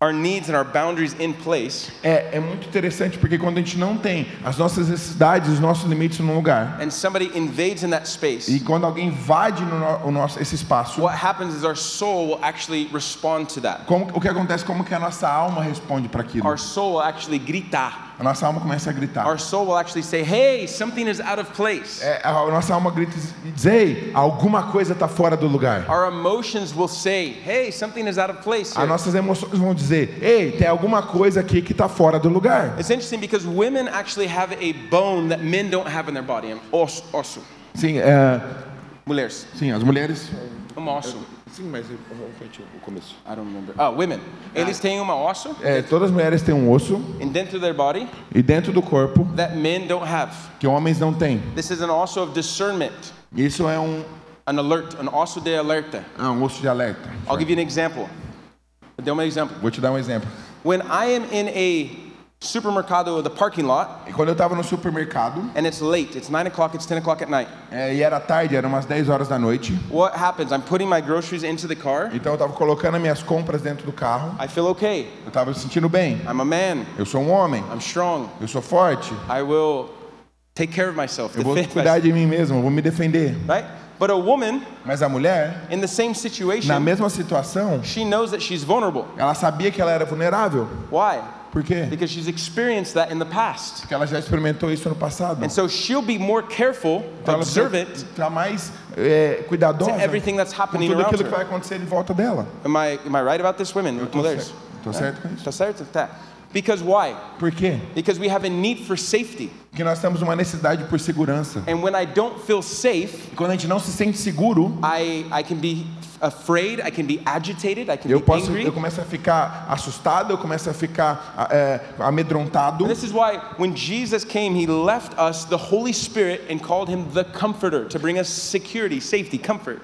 Speaker 2: our needs and our boundaries in place,
Speaker 3: É, é muito interessante porque quando a gente não tem as nossas necessidades, os nossos limites num lugar,
Speaker 2: and somebody invades in that
Speaker 3: e
Speaker 2: space,
Speaker 3: quando alguém invade no no- o nosso, esse espaço,
Speaker 2: what happens is our soul will actually respond to that.
Speaker 3: como, o que acontece? Como que a nossa alma responde para aquilo?
Speaker 2: Our soul will actually gritar.
Speaker 3: A nossa alma começa a gritar.
Speaker 2: Our soul will actually say, hey, something is out of place.
Speaker 3: É, a nossa alma grita e diz: Ei, alguma coisa está fora do lugar.
Speaker 2: Our emotions will say, hey, something is out of place.
Speaker 3: As
Speaker 2: here."
Speaker 3: nossas emoções vão dizer: Ei, tem alguma coisa aqui que está fora do lugar.
Speaker 2: It's interesting because women actually have a bone that men don't have in their body. An os, osso.
Speaker 3: Sim, é,
Speaker 2: Mulheres.
Speaker 3: sim, as mulheres.
Speaker 2: Um osso.
Speaker 3: Sim, mas tipo o começo.
Speaker 2: I don't remember. Ah, women. Eles têm uma osso
Speaker 3: É, todas as mulheres têm um osso
Speaker 2: in dentro their body
Speaker 3: e dentro do corpo
Speaker 2: that men don't have.
Speaker 3: que homens não têm.
Speaker 2: This is an osso of discernment,
Speaker 3: Isso é um,
Speaker 2: an alert, an osso de alerta.
Speaker 3: é um osso de alerta.
Speaker 2: I'll give you an example. Deu um example.
Speaker 3: Vou te dar um exemplo.
Speaker 2: When I am in a supermercado or the parking lot
Speaker 3: E Quando eu estava no supermercado
Speaker 2: and it's late, it's 9 o'clock, it's 10 o'clock at night,
Speaker 3: é, e era tarde, eram umas 10 horas da noite,
Speaker 2: what happens? I'm putting my groceries into the car.
Speaker 3: então eu estava colocando as minhas compras dentro do carro,
Speaker 2: I feel okay.
Speaker 3: eu estava me sentindo bem.
Speaker 2: I'm a man.
Speaker 3: Eu sou um homem,
Speaker 2: I'm strong.
Speaker 3: eu sou forte,
Speaker 2: I will take care of myself,
Speaker 3: Eu vou
Speaker 2: defend
Speaker 3: cuidar
Speaker 2: myself,
Speaker 3: de mim mesmo, eu vou me defender.
Speaker 2: right? But a woman
Speaker 3: Mas a mulher,
Speaker 2: in the same situation,
Speaker 3: na mesma situação,
Speaker 2: she knows that she's vulnerable.
Speaker 3: ela sabia que ela era vulnerável.
Speaker 2: Why?
Speaker 3: Por quê?
Speaker 2: Because she's experienced that in the past.
Speaker 3: Porque ela já experimentou isso no passado.
Speaker 2: And so she'll be more careful,
Speaker 3: Então ela
Speaker 2: observant
Speaker 3: está mais é, cuidadosa
Speaker 2: to everything that's
Speaker 3: com
Speaker 2: happening
Speaker 3: tudo
Speaker 2: around
Speaker 3: aquilo que vai
Speaker 2: her.
Speaker 3: acontecer em volta dela.
Speaker 2: Am I, am I right about this, women?
Speaker 3: Tô
Speaker 2: Mulheres? É.
Speaker 3: certo- Tô certo com isso?
Speaker 2: Tá certo? Tá. Because why?
Speaker 3: Por quê?
Speaker 2: Because we have a need for safety.
Speaker 3: Porque nós temos uma necessidade por segurança.
Speaker 2: And when I don't feel safe,
Speaker 3: E quando a gente não se sente seguro,
Speaker 2: I, I can be afraid, I can be agitated, I can
Speaker 3: eu,
Speaker 2: be
Speaker 3: posso,
Speaker 2: angry.
Speaker 3: eu começo a ficar assustado, eu começo a ficar é, amedrontado.
Speaker 2: And this is why when Jesus came, he left us the Holy Spirit and called him the comforter to bring us security, safety, comfort.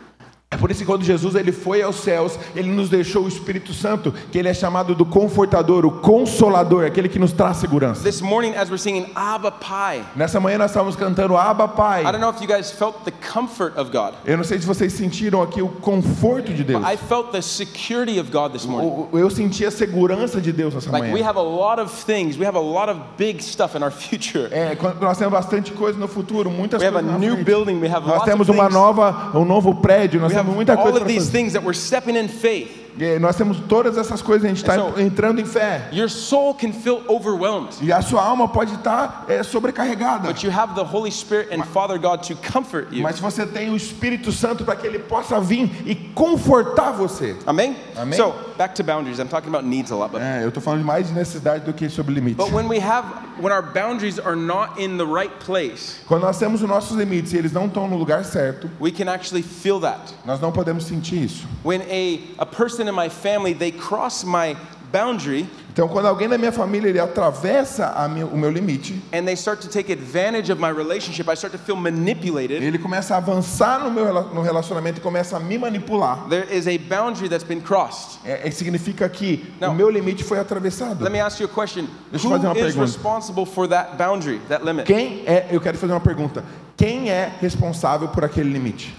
Speaker 3: É por isso que quando Jesus ele foi aos céus, ele nos deixou o Espírito Santo, que ele é chamado do confortador, o consolador, aquele que nos traz segurança.
Speaker 2: This morning, as we're singing Abba Pai,
Speaker 3: Nessa manhã nós estávamos cantando Abba
Speaker 2: I
Speaker 3: Pai.
Speaker 2: don't know if you guys felt the comfort of God.
Speaker 3: Eu não sei se vocês sentiram aqui o conforto de Deus.
Speaker 2: I felt the security of God this morning.
Speaker 3: O- o- Eu senti a segurança de Deus nessa
Speaker 2: Like we
Speaker 3: manhã.
Speaker 2: have a lot of things, we have a lot of big stuff in our
Speaker 3: *laughs*
Speaker 2: future.
Speaker 3: É, quando- nós temos bastante coisa no futuro, muitas
Speaker 2: We have a
Speaker 3: coisas. na
Speaker 2: new
Speaker 3: frente.
Speaker 2: building, we have
Speaker 3: Nós
Speaker 2: lots of
Speaker 3: temos uma
Speaker 2: things.
Speaker 3: nova, um novo prédio, nós
Speaker 2: We have
Speaker 3: temos muita
Speaker 2: all
Speaker 3: coisa.
Speaker 2: of
Speaker 3: pra
Speaker 2: these
Speaker 3: fazer.
Speaker 2: things that we're stepping in faith.
Speaker 3: E nós temos todas essas coisas, a gente está
Speaker 2: Então-
Speaker 3: entrando em fé.
Speaker 2: Your soul can feel overwhelmed,
Speaker 3: E a sua alma pode estar é, sobrecarregada.
Speaker 2: but you have the Holy Spirit and Father God to comfort you.
Speaker 3: Mas você tem o Espírito Santo para que ele possa vir e confortar você.
Speaker 2: Amen?
Speaker 3: Amém.
Speaker 2: So, back to boundaries. I'm talking about needs a lot, but,
Speaker 3: É, eu estou falando mais de necessidade do que sobre limites.
Speaker 2: but when we have, when our boundaries are not in the right place,
Speaker 3: Quando nós temos os nossos limites e eles não estão no lugar certo,
Speaker 2: we can actually feel that.
Speaker 3: nós não podemos sentir isso.
Speaker 2: When a, a person in my family, they cross my boundary
Speaker 3: Então, quando alguém da minha família ele atravessa a minha- o meu limite,
Speaker 2: and they start to take advantage of my relationship, I start to feel manipulated.
Speaker 3: ele começa a avançar no meu rela- no relacionamento e começa a me manipular.
Speaker 2: There is a boundary that's been crossed.
Speaker 3: É, é, significa que
Speaker 2: Não.
Speaker 3: o meu limite foi atravessado.
Speaker 2: Let me ask you a question.
Speaker 3: Deixa eu fazer
Speaker 2: Who
Speaker 3: uma
Speaker 2: is
Speaker 3: pergunta.
Speaker 2: responsible for that boundary, that limit?
Speaker 3: Quem é? Eu quero fazer uma pergunta. Quem é responsável por aquele limite?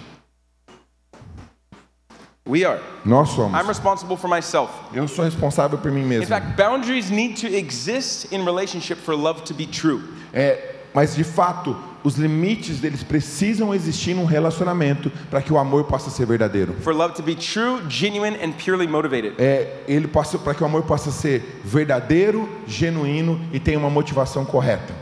Speaker 2: We are.
Speaker 3: Nós
Speaker 2: I'm
Speaker 3: somos.
Speaker 2: responsible for myself.
Speaker 3: Eu sou responsável por mim
Speaker 2: In
Speaker 3: mesmo.
Speaker 2: fact, boundaries need to exist in relationship for love to be true.
Speaker 3: É, mas de fato, os limites deles precisam existir num relacionamento para que o amor possa ser verdadeiro.
Speaker 2: For love to be true, genuine, and purely motivated.
Speaker 3: É, ele possa para que o amor possa ser verdadeiro, genuíno e tenha uma motivação correta.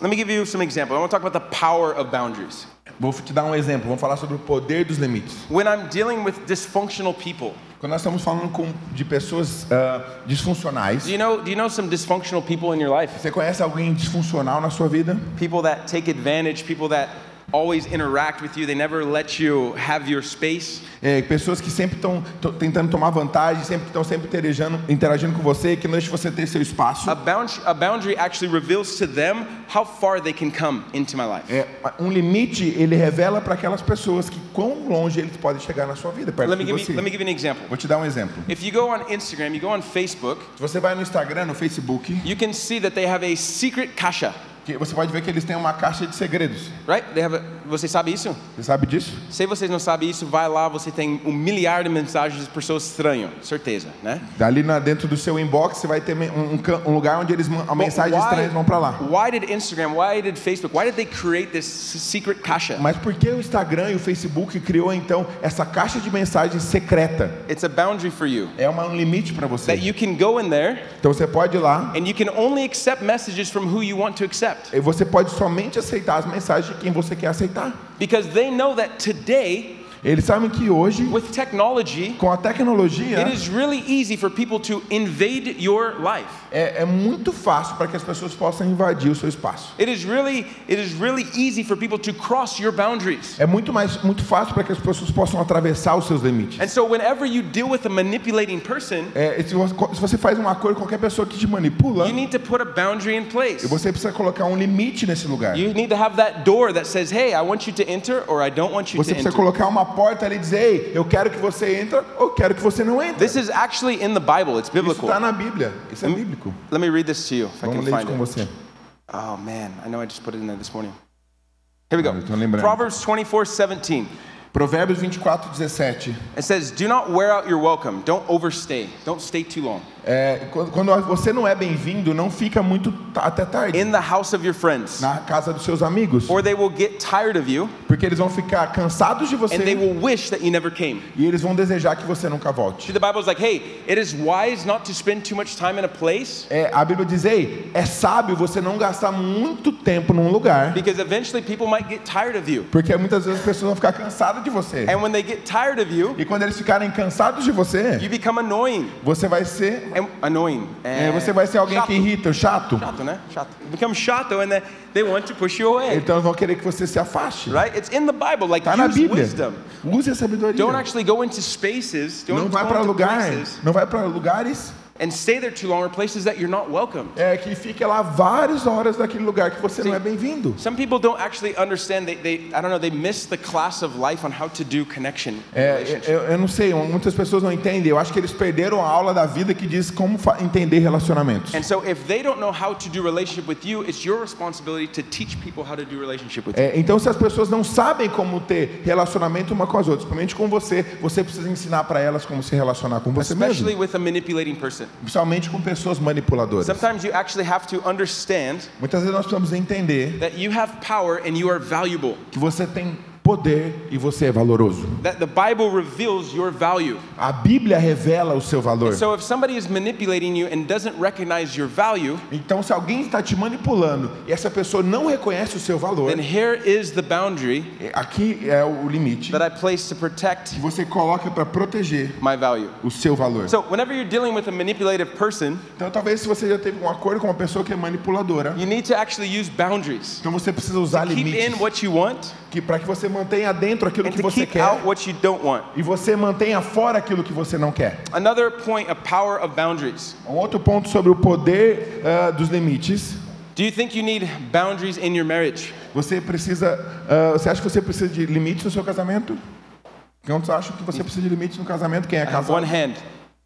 Speaker 2: Let me give you some example. I want to talk about the power of boundaries.
Speaker 3: Vou te dar um exemplo. Vamos falar sobre o poder dos limites.
Speaker 2: When I'm dealing with dysfunctional people,
Speaker 3: Quando nós estamos falando com, de pessoas ah, disfuncionais,
Speaker 2: do you know do you know some dysfunctional people in your life?
Speaker 3: você conhece alguém disfuncional na sua vida?
Speaker 2: People that take advantage, people that always interact with you, they never let you have your space.
Speaker 3: É, pessoas que sempre estão tentando tomar vantagem, sempre estão sempre interejando- interagindo com você, que não deixa você ter seu espaço.
Speaker 2: A boundary, a boundary actually reveals to them how far they can come into my life.
Speaker 3: É, um limite ele revela para aquelas pessoas que quão longe eles podem chegar na sua vida, perto
Speaker 2: Let me
Speaker 3: de
Speaker 2: give
Speaker 3: você.
Speaker 2: you, let me give you an example.
Speaker 3: Vou te dar um exemplo.
Speaker 2: If you go on Instagram, you go on Facebook,
Speaker 3: Se você vai no Instagram, no Facebook,
Speaker 2: you can see that they have a secret caixa,
Speaker 3: que você pode ver que eles têm uma caixa de segredos.
Speaker 2: right? They have a, você sabe isso?
Speaker 3: Você sabe disso?
Speaker 2: Se você não sabe isso, vai lá, você tem um milhar de mensagens de pessoas estranhas, certeza, né?
Speaker 3: Ali na, dentro do seu inbox você vai ter me- um, um can- um lugar onde eles man- mensagens estranhas vão para lá.
Speaker 2: Why did Instagram, why did Facebook, why did they create this secret caixa?
Speaker 3: Mas por que o Instagram e o Facebook criou então essa caixa de mensagens secreta?
Speaker 2: It's a boundary for you.
Speaker 3: É uma- um limite para
Speaker 2: That
Speaker 3: você.
Speaker 2: you can go in there
Speaker 3: Então você pode ir lá
Speaker 2: and you can only accept messages from who you want to accept.
Speaker 3: e você pode somente aceitar as mensagens de quem você quer aceitar.
Speaker 2: Because they know that today,
Speaker 3: Eles sabem que hoje
Speaker 2: with technology,
Speaker 3: com a tecnologia
Speaker 2: it is really easy for people to invade your life.
Speaker 3: é, é muito fácil para que as pessoas possam invadir o seu espaço.
Speaker 2: It is really, it is really easy for people to cross your boundaries.
Speaker 3: É muito mais muito fácil para que as pessoas possam atravessar os seus limites.
Speaker 2: And so whenever you deal with a manipulating person,
Speaker 3: É, e se, você, se você faz um acordo com qualquer pessoa que te manipula,
Speaker 2: you need to put a boundary in place.
Speaker 3: você precisa colocar um limite nesse lugar.
Speaker 2: You need to have that door that says, hey, I want you to enter or I don't want you to
Speaker 3: Você precisa
Speaker 2: enter.
Speaker 3: colocar uma porta ali e dizer, ei, eu quero que você entra ou eu quero que você não entre.
Speaker 2: This is actually in the Bible, it's
Speaker 3: Isso
Speaker 2: biblical.
Speaker 3: está na Bíblia. Isso é bíblico.
Speaker 2: Let me read this to you if I Hum? can
Speaker 3: Vamos ler isso
Speaker 2: find
Speaker 3: com
Speaker 2: it.
Speaker 3: você.
Speaker 2: Oh man, I know I just put it in there this morning. Here we go.
Speaker 3: Ah, eu tô lembrando.
Speaker 2: Proverbs 24 17.
Speaker 3: Provérbios 24, 17.
Speaker 2: It says, Do not wear out your welcome. Don't overstay. Don't stay too long.
Speaker 3: É, quando, quando você não é bem-vindo, não fica muito ta- até tarde
Speaker 2: In the house of your friends.
Speaker 3: na casa dos seus amigos.
Speaker 2: Or they will get tired of you
Speaker 3: Porque eles vão ficar cansados de
Speaker 2: and they
Speaker 3: você
Speaker 2: will wish that you never came.
Speaker 3: e eles vão desejar que você nunca volte.
Speaker 2: See, the Bible's like, hey, it is wise not to spend too much time in a place
Speaker 3: É, a Bíblia diz, ei, é sábio você não gastar muito tempo num lugar,
Speaker 2: because eventually people might get tired of you.
Speaker 3: porque muitas vezes as pessoas vão ficar cansadas de você.
Speaker 2: And when they get tired of you,
Speaker 3: E quando eles ficarem cansados de
Speaker 2: you
Speaker 3: você,
Speaker 2: become annoying.
Speaker 3: você vai ser,
Speaker 2: And annoying.
Speaker 3: é,
Speaker 2: And
Speaker 3: você vai ser alguém que
Speaker 2: chato.
Speaker 3: irrita, chato.
Speaker 2: Chato, né? Chato. You become chato and then they want to push you away.
Speaker 3: Então eles vão querer que você se afaste.
Speaker 2: Right? It's in the Bible. Like,
Speaker 3: Tá na
Speaker 2: use
Speaker 3: Bíblia.
Speaker 2: wisdom.
Speaker 3: Use a
Speaker 2: Don't
Speaker 3: sabedoria.
Speaker 2: actually go into spaces. Don't
Speaker 3: Não vai
Speaker 2: go
Speaker 3: para
Speaker 2: into
Speaker 3: lugar,
Speaker 2: places
Speaker 3: não vai para lugares
Speaker 2: and stay there too long or places that you're not welcome.
Speaker 3: é, que fica lá várias horas daquele lugar que você não é bem-vindo.
Speaker 2: Some people don't actually understand. They, they, I don't know. They miss the class of life on how to do connection.
Speaker 3: É,
Speaker 2: relationship.
Speaker 3: eu, eu não sei, muitas pessoas não entendem. Eu acho que eles perderam a aula da vida que diz como fa- entender relacionamentos.
Speaker 2: And so, if they don't know how to do relationship with you, it's your responsibility to teach people how to do relationship with you.
Speaker 3: É, então, se as pessoas não sabem como ter relacionamento uma com as outras, principalmente com você, você precisa ensinar para elas como se relacionar com você mesmo.
Speaker 2: Especially with a manipulating person.
Speaker 3: Principalmente com pessoas manipuladoras.
Speaker 2: Sometimes you actually have to understand
Speaker 3: Muitas vezes nós precisamos entender
Speaker 2: that you have power and you are valuable.
Speaker 3: que você tem poder e você é valoroso.
Speaker 2: That the Bible reveals your value.
Speaker 3: A Bíblia revela o seu valor.
Speaker 2: So if somebody is manipulating you and doesn't recognize your value,
Speaker 3: Então, se alguém está te manipulando e essa pessoa não reconhece o seu valor,
Speaker 2: then here is the boundary
Speaker 3: aqui é o limite
Speaker 2: that I place to protect
Speaker 3: que você coloca para proteger
Speaker 2: my value.
Speaker 3: o seu valor.
Speaker 2: So whenever you're dealing with a manipulative person,
Speaker 3: Então, talvez se você já teve um acordo com uma pessoa que é manipuladora,
Speaker 2: you need to actually use boundaries.
Speaker 3: então você precisa usar
Speaker 2: Keep in
Speaker 3: limites
Speaker 2: what you want
Speaker 3: que para que você mantenha dentro aquilo
Speaker 2: and
Speaker 3: que
Speaker 2: to
Speaker 3: você
Speaker 2: keep
Speaker 3: quer
Speaker 2: out what you don't want.
Speaker 3: e você mantenha fora aquilo que você não quer.
Speaker 2: Another point of power of boundaries.
Speaker 3: Um outro ponto sobre o poder ah, dos limites.
Speaker 2: Do you think you need boundaries in your marriage?
Speaker 3: Você precisa. ah, você acha que você precisa de limites no seu casamento? Quantos acham que você precisa de limites no casamento? Quem é
Speaker 2: Have one
Speaker 3: casado?
Speaker 2: hand.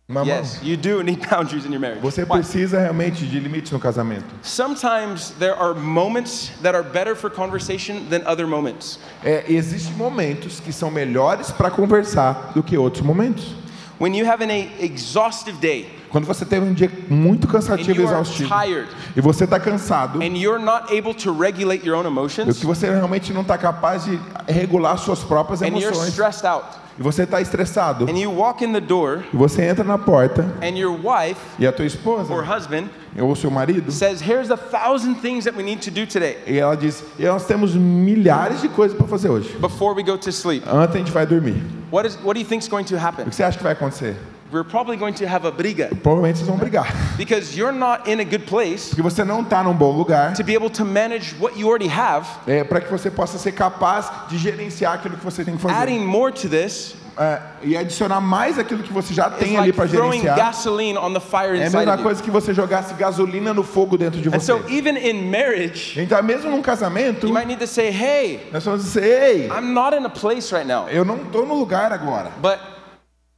Speaker 3: Mamão.
Speaker 2: Yes, you do need *laughs* boundaries in your marriage.
Speaker 3: Você
Speaker 2: Why?
Speaker 3: precisa realmente de limites no casamento.
Speaker 2: Sometimes there are moments that are better for conversation than other moments.
Speaker 3: É, Existem momentos que são melhores para conversar do que outros momentos.
Speaker 2: When you have an a, exhaustive day
Speaker 3: Quando você teve um dia muito
Speaker 2: and
Speaker 3: cansativo e
Speaker 2: you are
Speaker 3: exaustivo
Speaker 2: tired
Speaker 3: e você está cansado,
Speaker 2: and you're not able to regulate your own
Speaker 3: e que
Speaker 2: emotions
Speaker 3: você realmente não está capaz de regular suas próprias
Speaker 2: and you're
Speaker 3: emoções,
Speaker 2: stressed out
Speaker 3: e você está estressado,
Speaker 2: and you walk in the door
Speaker 3: e você entra na porta
Speaker 2: and your wife
Speaker 3: e a tua
Speaker 2: or
Speaker 3: esposa
Speaker 2: husband
Speaker 3: ou seu marido
Speaker 2: says, "Here's a thousand things that we need to do today
Speaker 3: E ela diz: e nós temos milhares de coisas para fazer hoje.
Speaker 2: before we go to sleep."
Speaker 3: Antes a gente vai dormir.
Speaker 2: What is what do you think's going to
Speaker 3: O
Speaker 2: happen?
Speaker 3: que você acha que vai acontecer?
Speaker 2: We're probably going to have a briga
Speaker 3: Provavelmente vocês vão brigar. *laughs*
Speaker 2: because you're not in a good place
Speaker 3: Porque você não está num bom lugar
Speaker 2: to be able to manage what you already have.
Speaker 3: é, para que você possa ser capaz de gerenciar aquilo que você tem que fazer.
Speaker 2: Adding more to this
Speaker 3: É, e adicionar mais aquilo que você já
Speaker 2: is
Speaker 3: tem ali
Speaker 2: like
Speaker 3: para
Speaker 2: throwing
Speaker 3: gerenciar.
Speaker 2: gasoline on the fire
Speaker 3: É a
Speaker 2: inside
Speaker 3: mesma
Speaker 2: of you.
Speaker 3: coisa que você jogasse gasolina no fogo dentro de
Speaker 2: And
Speaker 3: você.
Speaker 2: so even in marriage,
Speaker 3: Então, mesmo num casamento,
Speaker 2: you might need to say, "Hey,
Speaker 3: nós vamos dizer: ei,
Speaker 2: I'm not in a place right now,
Speaker 3: eu não estou no lugar agora.
Speaker 2: but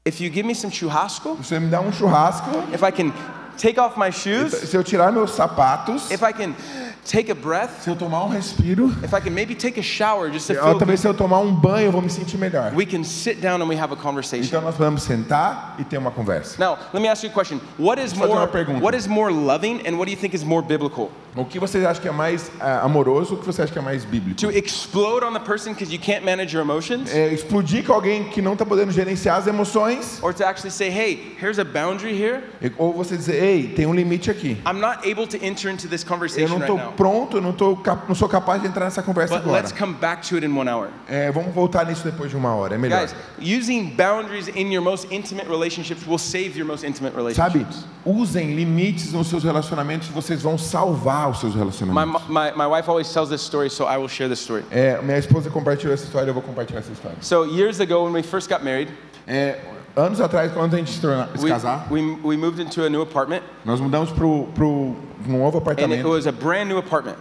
Speaker 2: if you give me some churrasco,
Speaker 3: Você me dá um churrasco,
Speaker 2: if I can take off my shoes,
Speaker 3: se eu tirar meus sapatos,
Speaker 2: if I can take a breath,
Speaker 3: se eu tomar um respiro,
Speaker 2: if I can maybe take a shower just to
Speaker 3: ou
Speaker 2: feel
Speaker 3: talvez se eu tomar um banho, eu vou me sentir melhor.
Speaker 2: we can sit down and we have a conversation."
Speaker 3: Então nós podemos sentar e ter uma conversa.
Speaker 2: Now, let me ask you a question. What is
Speaker 3: Fazer
Speaker 2: more
Speaker 3: uma pergunta.
Speaker 2: what is more loving and what do you think is more biblical?
Speaker 3: O que você acha que é mais ah, amoroso, o que você acha que é mais bíblico?
Speaker 2: To explode on the person because you can't manage your emotions?
Speaker 3: É, explodir com alguém que não está podendo gerenciar as emoções,
Speaker 2: Or to actually say, hey, here's a boundary here.
Speaker 3: e- ou você dizer, ei, tem um limite aqui.
Speaker 2: I'm not able to enter into this
Speaker 3: Eu
Speaker 2: conversation
Speaker 3: não
Speaker 2: right
Speaker 3: estou
Speaker 2: now.
Speaker 3: pronto, eu não, tô cap- não sou capaz de entrar nessa conversa
Speaker 2: né, But
Speaker 3: agora.
Speaker 2: let's come back to it in one hour.
Speaker 3: É, vamos voltar nisso depois de uma hora, é melhor.
Speaker 2: Guys, using boundaries in your most intimate relationships will save your most intimate relationships.
Speaker 3: Sabe, usem limites nos seus relacionamentos, vocês vão salvar os seus
Speaker 2: My,
Speaker 3: relacionamentos.
Speaker 2: my, my wife always tells this story, so I will share this story.
Speaker 3: É, minha esposa compartilhou essa história, eu vou compartilhar essa história.
Speaker 2: So, years ago, when we first got married,
Speaker 3: É, anos atrás, quando a gente se, torna- se
Speaker 2: we,
Speaker 3: casar,
Speaker 2: we, we moved into a new apartment,
Speaker 3: Nós mudamos pro, pro um novo
Speaker 2: and it
Speaker 3: apartamento.
Speaker 2: was a brand new apartment.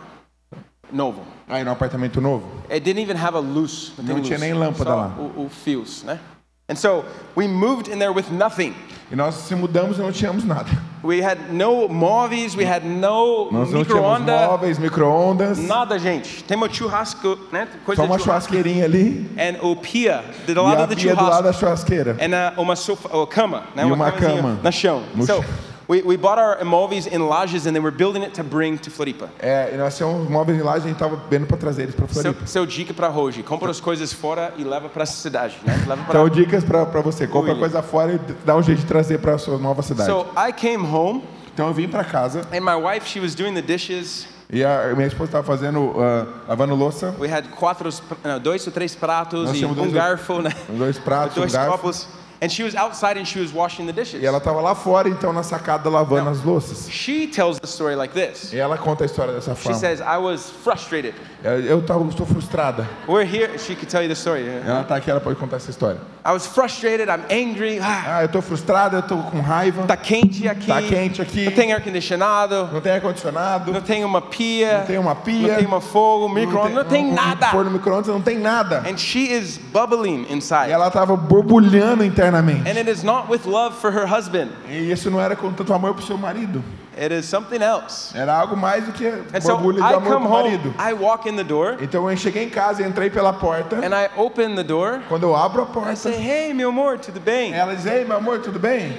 Speaker 2: Novo.
Speaker 3: Aí, num apartamento novo.
Speaker 2: It didn't even have a luz.
Speaker 3: Não
Speaker 2: tem
Speaker 3: tinha
Speaker 2: luz.
Speaker 3: nem lâmpada
Speaker 2: Só
Speaker 3: lá.
Speaker 2: O, o fios, né? And so we moved in there with nothing.
Speaker 3: E nós se mudamos e não tínhamos nada.
Speaker 2: We had no móveis, we had no
Speaker 3: Nós não tínhamos
Speaker 2: micro-onda,
Speaker 3: móveis, micro-ondas,
Speaker 2: nada, gente. Tem uma churrasco, né? Coisa
Speaker 3: só uma
Speaker 2: de churrasco.
Speaker 3: churrasqueirinha ali
Speaker 2: And o pia do
Speaker 3: e
Speaker 2: lado
Speaker 3: a
Speaker 2: do
Speaker 3: pia do lado
Speaker 2: churrasco.
Speaker 3: da churrasqueira.
Speaker 2: And uh, uma sofa, ou cama, né?
Speaker 3: E uma
Speaker 2: camazinha
Speaker 3: cama.
Speaker 2: No chão.
Speaker 3: No
Speaker 2: so
Speaker 3: chão.
Speaker 2: we, we bought our móveis in Lages and then we're building it to bring to Floripa.
Speaker 3: É, e nós tínhamos móveis lá, a gente tava vendo para trazer eles para
Speaker 2: Seu,
Speaker 3: Floripa.
Speaker 2: seu dica para hoje, compra as coisas fora e leva para cidade, né? Leva pra...
Speaker 3: Então, dicas para você. Compra
Speaker 2: William.
Speaker 3: coisa fora e dá um jeito de trazer para sua nova cidade.
Speaker 2: So I came home
Speaker 3: então, eu vim para casa
Speaker 2: and my wife, she was doing the dishes.
Speaker 3: e a minha esposa estava fazendo, ah, lavando louça,
Speaker 2: We had quatro, não, dois ou três pratos
Speaker 3: Nós
Speaker 2: e
Speaker 3: tínhamos
Speaker 2: um
Speaker 3: dois-
Speaker 2: garfo, né? *laughs*
Speaker 3: dois pratos, um
Speaker 2: dois
Speaker 3: garfo.
Speaker 2: copos. And she was outside and she was washing the dishes.
Speaker 3: E ela estava lá fora, então, na sacada, lavando
Speaker 2: Não.
Speaker 3: as louças.
Speaker 2: She tells the story like this.
Speaker 3: E ela conta a história dessa
Speaker 2: She
Speaker 3: forma.
Speaker 2: says, I was frustrated.
Speaker 3: Eu, eu tava, estou frustrada.
Speaker 2: We're here. She could tell you the story.
Speaker 3: Ela tá aqui, ela pode contar essa história.
Speaker 2: I was frustrated. I'm angry. Ah,
Speaker 3: Ah, eu tô frustrada, eu tô com raiva.
Speaker 2: tá quente aqui.
Speaker 3: Tá quente aqui.
Speaker 2: Não tem ar-condicionado.
Speaker 3: Não tem ar-condicionado,
Speaker 2: Não
Speaker 3: não
Speaker 2: tem uma pia.
Speaker 3: tem uma pia.
Speaker 2: Não tem uma fogo, micro-ondas. Não tem
Speaker 3: um
Speaker 2: nada.
Speaker 3: Forno micro-ondas, não tem nada.
Speaker 2: And she is bubbling
Speaker 3: E
Speaker 2: inside.
Speaker 3: ela tava borbulhando internamente.
Speaker 2: And it is not with love for her husband.
Speaker 3: E isso não era com tanto amor pro seu marido.
Speaker 2: It is something else.
Speaker 3: Era algo mais do que
Speaker 2: And so
Speaker 3: borbulho de
Speaker 2: I
Speaker 3: amor
Speaker 2: É come
Speaker 3: pro marido.
Speaker 2: home. I walk in the door.
Speaker 3: Então eu cheguei em casa, entrei pela porta.
Speaker 2: And I open the door.
Speaker 3: Quando eu abro a
Speaker 2: I
Speaker 3: porta,
Speaker 2: say, hey, meu amor, tudo bem?
Speaker 3: ela diz: Ei, meu amor, tudo bem?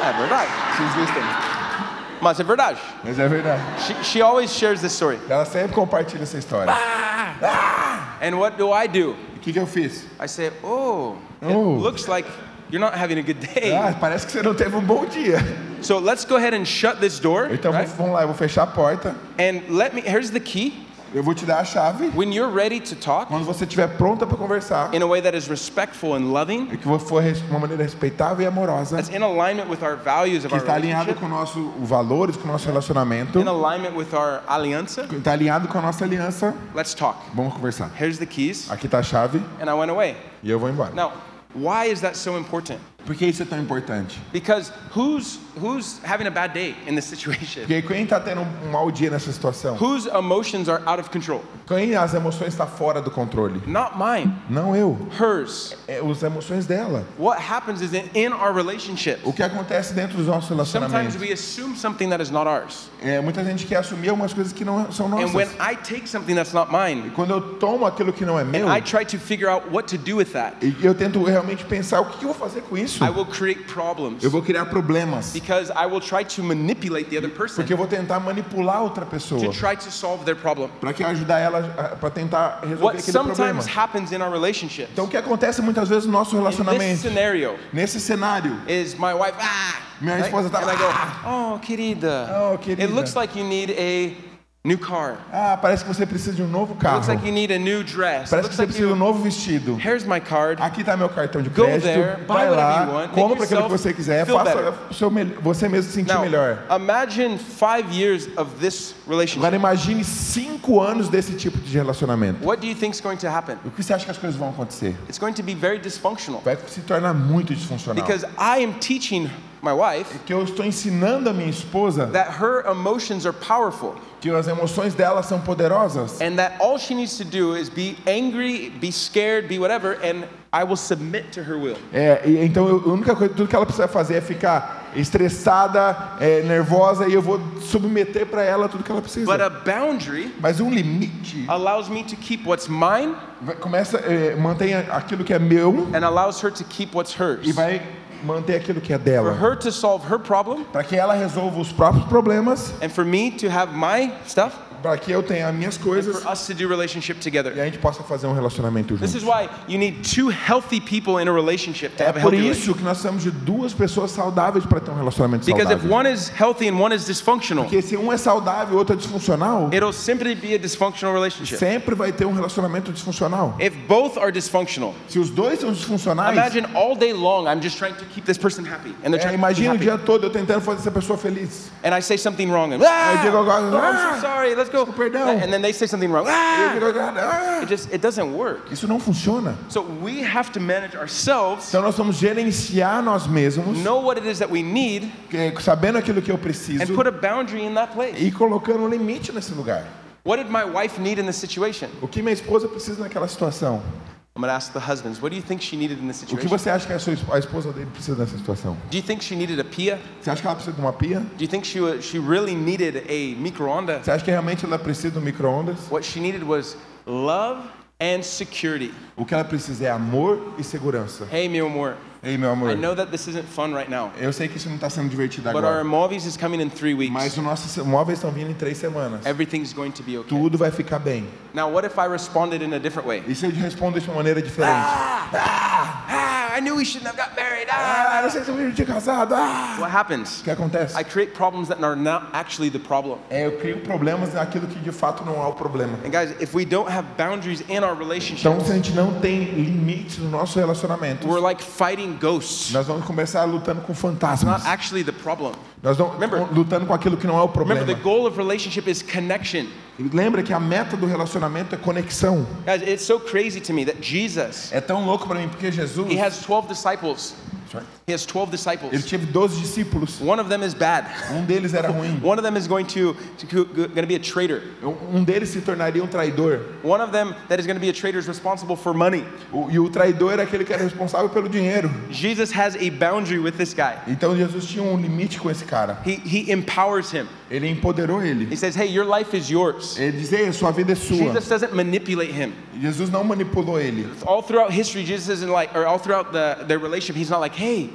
Speaker 2: É verdade. She's Houston. Mas é verdade.
Speaker 3: Mas é verdade.
Speaker 2: She, she always shares this story.
Speaker 3: Ela sempre compartilha essa história.
Speaker 2: And what do I do?
Speaker 3: O que, que eu fiz?
Speaker 2: I say, oh, it
Speaker 3: Oh.
Speaker 2: looks like you're not having a good day.
Speaker 3: Ah, parece que você não teve um bom dia.
Speaker 2: So let's go ahead and shut this door.
Speaker 3: Então
Speaker 2: right?
Speaker 3: vamos lá, eu vou fechar a porta.
Speaker 2: And let me, here's the key.
Speaker 3: Eu vou te dar a chave.
Speaker 2: When you're ready to talk
Speaker 3: Quando você estiver pronta para conversar,
Speaker 2: in a way that is respectful and loving,
Speaker 3: e que for res- uma maneira respeitável e amorosa,
Speaker 2: that's in alignment with our values of
Speaker 3: que
Speaker 2: our
Speaker 3: está alinhado
Speaker 2: relationship,
Speaker 3: com o nosso os valores, com o nosso relacionamento,
Speaker 2: in alignment with our alianza,
Speaker 3: que está alinhado com a nossa aliança,
Speaker 2: let's talk.
Speaker 3: vamos conversar.
Speaker 2: Here's the keys.
Speaker 3: Aqui está a chave
Speaker 2: And I went away.
Speaker 3: e eu vou embora.
Speaker 2: Now, why is that so important?
Speaker 3: Por que isso é tão importante?
Speaker 2: Because who's who's having a bad day in this situation?
Speaker 3: Porque quem está tendo um mau dia nessa situação,
Speaker 2: Whose emotions are out of control?
Speaker 3: quem as emoções está fora do controle,
Speaker 2: Not mine,
Speaker 3: não eu,
Speaker 2: hers.
Speaker 3: é as emoções dela.
Speaker 2: What happens is that in our relationship,
Speaker 3: O que acontece dentro dos nossos
Speaker 2: sometimes
Speaker 3: relacionamentos?
Speaker 2: we assume something that is not ours.
Speaker 3: É, muita gente quer assumir algumas coisas que não são
Speaker 2: And when
Speaker 3: nossas.
Speaker 2: I take something that's not mine,
Speaker 3: Quando eu tomo aquilo que não é meu,
Speaker 2: and I try to figure out what to do with that,
Speaker 3: e eu tento realmente pensar o que que eu vou fazer com isso.
Speaker 2: I will create problems
Speaker 3: Eu vou criar problemas.
Speaker 2: because I will try to manipulate the other person
Speaker 3: Porque eu vou tentar manipular outra
Speaker 2: to
Speaker 3: pessoa
Speaker 2: try to solve their problem.
Speaker 3: para que ajudar ela para tentar resolver
Speaker 2: What
Speaker 3: aquele problema.
Speaker 2: sometimes happens in our relationships,
Speaker 3: Então o que acontece muitas vezes no nosso
Speaker 2: in this
Speaker 3: relacionamento,
Speaker 2: scenario,
Speaker 3: nesse cenário,
Speaker 2: is my wife, ah!
Speaker 3: minha esposa tá
Speaker 2: And I go, oh, querida.
Speaker 3: Oh, querida.
Speaker 2: It looks like you need a new car.
Speaker 3: ah, parece que você precisa de um novo
Speaker 2: It
Speaker 3: carro.
Speaker 2: looks like you need a new dress. It
Speaker 3: Parece
Speaker 2: looks
Speaker 3: que você
Speaker 2: like
Speaker 3: precisa de
Speaker 2: you,
Speaker 3: um novo vestido.
Speaker 2: here's my card.
Speaker 3: Aqui está meu cartão de
Speaker 2: Go
Speaker 3: crédito.
Speaker 2: there, buy
Speaker 3: Vai
Speaker 2: whatever you
Speaker 3: lá,
Speaker 2: want, make
Speaker 3: compra aquilo que
Speaker 2: yourself
Speaker 3: você quiser,
Speaker 2: feel
Speaker 3: faça
Speaker 2: better.
Speaker 3: o seu mel- você mesmo se sentir
Speaker 2: Now,
Speaker 3: melhor.
Speaker 2: imagine five years of this relationship.
Speaker 3: Agora imagine cinco anos desse tipo de relacionamento.
Speaker 2: What do you think is going to happen?
Speaker 3: O que você acha que as coisas vão acontecer?
Speaker 2: It's going to be very dysfunctional
Speaker 3: Vai se tornar muito disfuncional.
Speaker 2: because I am teaching my wife
Speaker 3: Que eu estou ensinando a minha esposa
Speaker 2: that her emotions are powerful
Speaker 3: que as emoções dela são poderosas
Speaker 2: and that all she needs to do is be angry, be scared, be whatever, and I will submit to her will.
Speaker 3: É, e- então eu- a única coisa, tudo que ela precisa fazer é ficar estressada, é, nervosa e eu vou submeter para ela tudo que ela precisa.
Speaker 2: But a boundary
Speaker 3: Mas um limite
Speaker 2: allows me to keep what's mine
Speaker 3: vai- começa é, mantém a- aquilo que é meu
Speaker 2: and allows her to keep what's hers.
Speaker 3: e vai manter aquilo que é
Speaker 2: For
Speaker 3: dela,
Speaker 2: her to solve her problem
Speaker 3: para que ela resolva os próprios problemas,
Speaker 2: and for me to have my stuff
Speaker 3: para que eu tenha as minhas
Speaker 2: and
Speaker 3: coisas
Speaker 2: for us to do relationship
Speaker 3: e
Speaker 2: together.
Speaker 3: a gente possa fazer um relacionamento
Speaker 2: This is
Speaker 3: junto.
Speaker 2: why you need two healthy people in a relationship to
Speaker 3: É
Speaker 2: have a
Speaker 3: por
Speaker 2: healthy relationship.
Speaker 3: isso que nós precisamos de duas pessoas saudáveis para ter um relacionamento
Speaker 2: Because if
Speaker 3: saudável.
Speaker 2: one is healthy and one is dysfunctional,
Speaker 3: Porque se um é saudável e o outro é disfuncional,
Speaker 2: it'll simply be a dysfunctional relationship.
Speaker 3: sempre vai ter um relacionamento disfuncional.
Speaker 2: If both are dysfunctional,
Speaker 3: Se os dois são disfuncionais,
Speaker 2: imagine all day long I'm just trying to keep this person happy and they're
Speaker 3: é,
Speaker 2: trying to keep
Speaker 3: imagina
Speaker 2: me
Speaker 3: o
Speaker 2: happy.
Speaker 3: dia todo eu tentando fazer essa pessoa feliz.
Speaker 2: And I say something wrong and ah,
Speaker 3: Eh, digo agora,
Speaker 2: oh, I'm
Speaker 3: "Ah,
Speaker 2: so sorry, let's go. Eh,
Speaker 3: desculpa, perdão."
Speaker 2: And then they say something wrong.
Speaker 3: Eu
Speaker 2: "Ah."
Speaker 3: digo, "Ah,
Speaker 2: It
Speaker 3: ah."
Speaker 2: just it doesn't work.
Speaker 3: Isso não funciona.
Speaker 2: So we have to manage ourselves,
Speaker 3: Então nós vamos gerenciar nós mesmos,
Speaker 2: know what it is that we need,
Speaker 3: que- é, sabendo aquilo que eu
Speaker 2: and
Speaker 3: preciso
Speaker 2: put a boundary in that place.
Speaker 3: e colocando um limite nesse lugar.
Speaker 2: What did my wife need in this situation?
Speaker 3: O que minha esposa precisa naquela situação?
Speaker 2: I'm gonna ask the husbands, what do you think she needed in this
Speaker 3: O que
Speaker 2: situation?
Speaker 3: você acha que a, sua, esp- a esposa dele precisa nessa situação?
Speaker 2: Do you think she needed a pia?
Speaker 3: Você acha que ela precisa de uma pia?
Speaker 2: Do you think she wa- she really needed a microonda?
Speaker 3: Você acha que realmente ela precisa de um micro-ondas?
Speaker 2: What she needed was love and security.
Speaker 3: O que ela precisa é amor e segurança.
Speaker 2: Hey, meu amor,
Speaker 3: Ei, meu amor,
Speaker 2: I know that this isn't fun right now,
Speaker 3: eu sei que isso não está sendo divertido
Speaker 2: but our
Speaker 3: agora,
Speaker 2: movies is coming in three
Speaker 3: mas
Speaker 2: weeks.
Speaker 3: os nossos móveis estão vindo em três semanas.
Speaker 2: Everything's going to be okay.
Speaker 3: Tudo vai ficar bem.
Speaker 2: Now, what if I responded in a different way?
Speaker 3: E se eu te respondo de uma maneira diferente?
Speaker 2: Ah, I knew we shouldn't have got married.
Speaker 3: Ah,
Speaker 2: Ah.
Speaker 3: não sei se eu me tinha casado. Ah!
Speaker 2: What happens?
Speaker 3: O que acontece?
Speaker 2: I create problems that are not actually the problem.
Speaker 3: É, eu crio problemas naquilo que de fato não é o problema.
Speaker 2: And guys, if we don't have boundaries in our relationship,
Speaker 3: Então, se a gente não tem limites no nosso relacionamento,
Speaker 2: we're like fighting ghosts.
Speaker 3: nós vamos começar lutando com
Speaker 2: Not
Speaker 3: fantasmas.
Speaker 2: actually the problem.
Speaker 3: Nós vamos
Speaker 2: Remember-
Speaker 3: lutando com aquilo que não é o
Speaker 2: Remember,
Speaker 3: problema.
Speaker 2: the goal of relationship is connection.
Speaker 3: Lembra que a meta do relacionamento é conexão.
Speaker 2: Guys, it's so crazy to me that Jesus,
Speaker 3: É tão louco pra mim porque Jesus,
Speaker 2: he has 12 disciples.
Speaker 3: Sorry.
Speaker 2: He has 12
Speaker 3: ele
Speaker 2: disciples.
Speaker 3: teve 12 discípulos.
Speaker 2: One of them is bad.
Speaker 3: Um deles era ruim.
Speaker 2: One of them is going to, to go- go- gonna be a traitor.
Speaker 3: Um deles se tornaria um traidor.
Speaker 2: One of them that is going to be a traitor is responsible for money.
Speaker 3: O- E o traidor era aquele que era responsável pelo dinheiro.
Speaker 2: Jesus has a boundary with this guy.
Speaker 3: Então Jesus tinha um limite com esse cara.
Speaker 2: He, he empowers him.
Speaker 3: Ele empoderou ele.
Speaker 2: He says, Hey, your life is yours.
Speaker 3: Ele diz, Ei, sua vida é sua.
Speaker 2: Jesus doesn't manipulate him.
Speaker 3: Jesus não manipulou ele.
Speaker 2: All throughout history, Jesus isn't like, or all throughout the, their relationship, he's not like, Hey,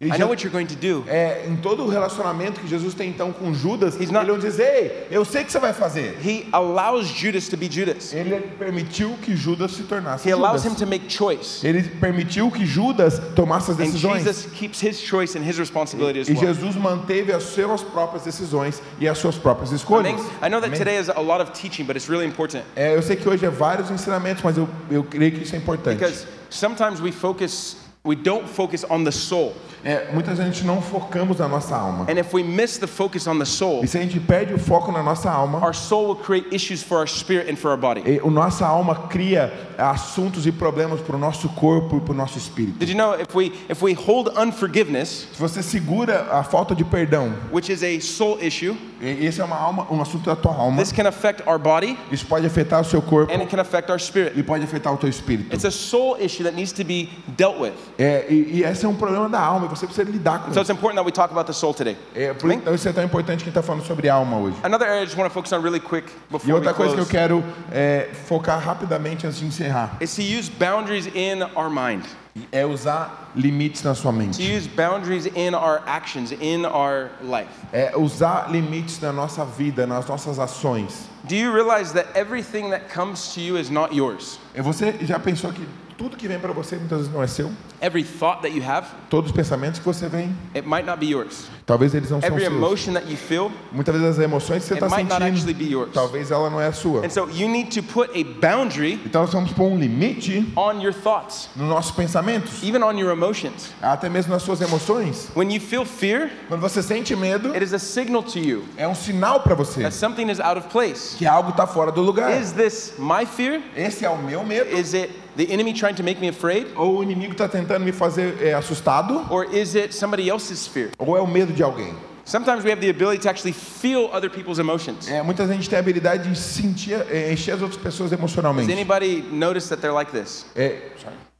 Speaker 3: E
Speaker 2: I know
Speaker 3: Je-
Speaker 2: what you're going to do.
Speaker 3: é, em todo o relacionamento que Jesus tem então com Judas,
Speaker 2: He's
Speaker 3: ele
Speaker 2: not-
Speaker 3: não diz, ei, eu sei o que você vai fazer.
Speaker 2: He allows Judas to be Judas.
Speaker 3: Ele permitiu que Judas se tornasse
Speaker 2: He allows him
Speaker 3: Judas.
Speaker 2: to make choice.
Speaker 3: Ele permitiu que Judas tomasse as
Speaker 2: And
Speaker 3: decisões.
Speaker 2: Jesus keeps his choice and his responsibility as
Speaker 3: E
Speaker 2: well.
Speaker 3: Jesus manteve as suas próprias decisões e as suas próprias escolhas.
Speaker 2: Amém? I know that
Speaker 3: Amém?
Speaker 2: today is a lot of teaching, but it's really important
Speaker 3: É, eu sei que hoje é vários ensinamentos, mas eu, eu creio que isso é importante.
Speaker 2: because sometimes we focus, we don't focus on the soul.
Speaker 3: É, muitas vezes a gente não focamos na nossa alma.
Speaker 2: And if we miss the focus on the soul,
Speaker 3: E se a gente perde o foco na nossa alma,
Speaker 2: our soul will create issues for our spirit and for our body.
Speaker 3: e, o nossa alma cria assuntos e problemas para o nosso corpo e para o nosso espírito.
Speaker 2: Did you know if we if we hold unforgiveness,
Speaker 3: Se você segura a falta de perdão,
Speaker 2: which is a soul issue,
Speaker 3: e- esse é uma alma, um assunto da tua alma,
Speaker 2: this can affect our body
Speaker 3: isso pode afetar o seu corpo
Speaker 2: and it can affect our spirit.
Speaker 3: e pode afetar o teu espírito.
Speaker 2: It's a soul issue that needs to be dealt with.
Speaker 3: É, e, e esse é um problema da alma e você precisa lidar com
Speaker 2: So
Speaker 3: isso.
Speaker 2: it's important that we talk about the soul today.
Speaker 3: É, por então isso é tão importante que está falando sobre alma hoje.
Speaker 2: Another area I just want to focus on really quick
Speaker 3: E
Speaker 2: before we
Speaker 3: outra coisa que eu
Speaker 2: close
Speaker 3: quero é, focar rapidamente antes de encerrar
Speaker 2: is to use boundaries in our mind,
Speaker 3: é usar limites na sua
Speaker 2: to
Speaker 3: mente.
Speaker 2: use boundaries in our actions, in our life.
Speaker 3: É usar limites na nossa vida, nas nossas ações.
Speaker 2: Do you realize that everything that comes to you is not yours?
Speaker 3: É, Você já pensou que tudo que vem para você muitas vezes não é seu?
Speaker 2: Every thought that you have,
Speaker 3: Todos os pensamentos que você vem,
Speaker 2: it might not be yours.
Speaker 3: talvez eles não sejam
Speaker 2: Every
Speaker 3: seus.
Speaker 2: emotion that you feel,
Speaker 3: Muitas vezes as emoções que você
Speaker 2: it
Speaker 3: está
Speaker 2: might not actually be
Speaker 3: sentindo,
Speaker 2: yours.
Speaker 3: talvez ela não é a sua.
Speaker 2: And so you need to put a boundary
Speaker 3: Então nós vamos pôr um limite
Speaker 2: on your thoughts,
Speaker 3: nos nossos pensamentos,
Speaker 2: even on your emotions.
Speaker 3: até mesmo nas suas emoções.
Speaker 2: When you feel fear,
Speaker 3: Quando você sente medo,
Speaker 2: it is a signal to you
Speaker 3: é um sinal para você
Speaker 2: that something is out of place.
Speaker 3: que algo está fora do lugar.
Speaker 2: Is this my fear?
Speaker 3: Esse é o meu medo.
Speaker 2: Is it the enemy trying to make me afraid?
Speaker 3: Ou o inimigo está tentando me fazer é, assustado,
Speaker 2: Or is it somebody else's fear?
Speaker 3: ou é o medo de alguém.
Speaker 2: Sometimes we have the ability to actually feel other people's emotions.
Speaker 3: É, muita gente tem a habilidade de sentir, é, encher as outras pessoas
Speaker 2: Has
Speaker 3: emocionalmente.
Speaker 2: anybody noticed that they're like this?
Speaker 3: É,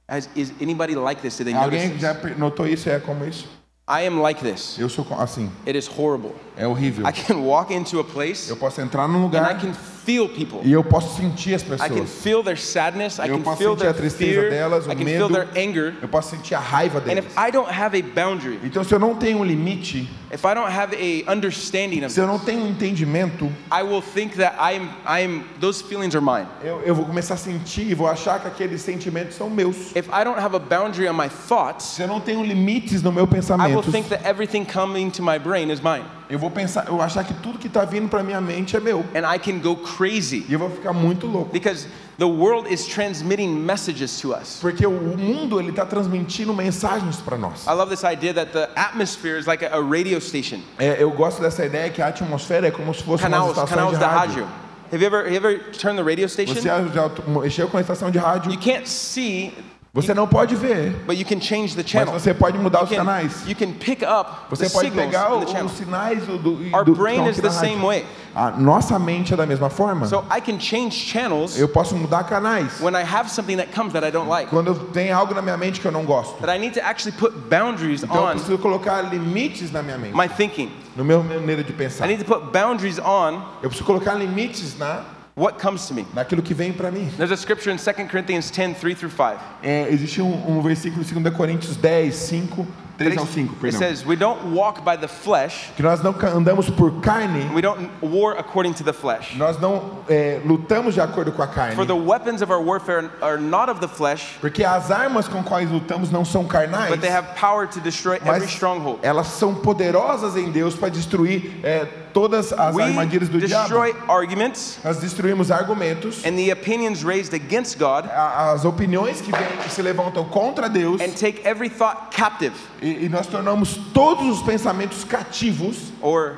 Speaker 2: Has, is anybody like this? Do they notice?
Speaker 3: alguém
Speaker 2: this?
Speaker 3: já per- notou isso? É como isso?
Speaker 2: I am like this.
Speaker 3: Eu sou co- assim.
Speaker 2: It is horrible.
Speaker 3: É horrível.
Speaker 2: I can walk into a place
Speaker 3: Eu posso entrar num
Speaker 2: and I
Speaker 3: lugar
Speaker 2: can feel people.
Speaker 3: e eu posso sentir as
Speaker 2: I can
Speaker 3: pessoas.
Speaker 2: feel their sadness. I
Speaker 3: Eu
Speaker 2: can
Speaker 3: posso
Speaker 2: feel
Speaker 3: sentir
Speaker 2: their
Speaker 3: a tristeza
Speaker 2: fear.
Speaker 3: delas, o
Speaker 2: I can feel
Speaker 3: medo.
Speaker 2: their anger.
Speaker 3: Eu posso sentir a raiva
Speaker 2: And
Speaker 3: deles.
Speaker 2: if I don't have a boundary,
Speaker 3: Então, se eu não tenho um limite,
Speaker 2: if I don't have a understanding of
Speaker 3: se eu
Speaker 2: it,
Speaker 3: não tenho um entendimento,
Speaker 2: I will think that I'm, I'm, those feelings are mine.
Speaker 3: eu, eu vou começar a sentir e vou achar que aqueles sentimentos são meus.
Speaker 2: If I don't have a boundary on my thoughts,
Speaker 3: Se eu não tenho limites no meu
Speaker 2: I will
Speaker 3: pensamento,
Speaker 2: think that everything coming to my brain is mine.
Speaker 3: eu vou pensar, eu vou achar que tudo que está vindo para minha mente é meu.
Speaker 2: And I can go crazy
Speaker 3: E eu vou ficar muito louco.
Speaker 2: because the world is transmitting messages to us.
Speaker 3: Porque o mundo ele está transmitindo mensagens para nós.
Speaker 2: I love this idea that the atmosphere is like a, a radio station.
Speaker 3: É, eu gosto dessa ideia que a atmosfera é como se fosse uma
Speaker 2: Canals,
Speaker 3: estação de
Speaker 2: canals da rádio.
Speaker 3: rádio.
Speaker 2: Have you ever, have you ever turned the radio station?
Speaker 3: Você já já mexeu com a estação de
Speaker 2: You
Speaker 3: rádio,
Speaker 2: can't see,
Speaker 3: você não pode ver,
Speaker 2: but you can change the
Speaker 3: mas
Speaker 2: channel.
Speaker 3: você pode mudar
Speaker 2: You
Speaker 3: os
Speaker 2: can,
Speaker 3: canais.
Speaker 2: you can pick up the
Speaker 3: Você pode
Speaker 2: signals
Speaker 3: pegar
Speaker 2: in the
Speaker 3: o-
Speaker 2: channel.
Speaker 3: os sinais do, do,
Speaker 2: Our
Speaker 3: do
Speaker 2: brain
Speaker 3: que
Speaker 2: is
Speaker 3: estão
Speaker 2: the
Speaker 3: aqui na
Speaker 2: same
Speaker 3: rádio.
Speaker 2: way.
Speaker 3: A nossa mente é da mesma forma.
Speaker 2: So I can change channels
Speaker 3: Eu posso mudar canais
Speaker 2: when I have something that comes that I don't like.
Speaker 3: quando eu- tem algo na minha mente que eu não gosto.
Speaker 2: That I need to actually put boundaries
Speaker 3: Então eu
Speaker 2: on
Speaker 3: preciso colocar limites na minha mente,
Speaker 2: my thinking.
Speaker 3: no meu maneira de
Speaker 2: I
Speaker 3: pensar.
Speaker 2: need to put boundaries on
Speaker 3: Eu preciso colocar limites na
Speaker 2: what comes to me.
Speaker 3: naquilo que vem para mim.
Speaker 2: There's a scripture in 2 Corinthians 10, 3 through 5.
Speaker 3: É, existe um, um versículo em 2 Coríntios 10, 5, 3 ao 5,
Speaker 2: It
Speaker 3: perdão.
Speaker 2: says, We don't walk by the flesh,
Speaker 3: Que nós não ca- andamos por carne,
Speaker 2: we don't war according to the flesh.
Speaker 3: nós não é, lutamos de acordo com a carne.
Speaker 2: For the weapons of our warfare are not of the flesh,
Speaker 3: Porque as armas com quais lutamos não são carnais,
Speaker 2: but they have power to destroy every
Speaker 3: mas
Speaker 2: stronghold.
Speaker 3: elas são poderosas em Deus para destruir é, todas as
Speaker 2: We
Speaker 3: armadilhas do
Speaker 2: destroy
Speaker 3: diabo.
Speaker 2: arguments
Speaker 3: Nós destruímos argumentos,
Speaker 2: and the opinions raised against God
Speaker 3: a- as opiniões que, vêm, que se levantam contra Deus,
Speaker 2: and take every thought captive
Speaker 3: e, e nós tornamos todos os pensamentos cativos
Speaker 2: or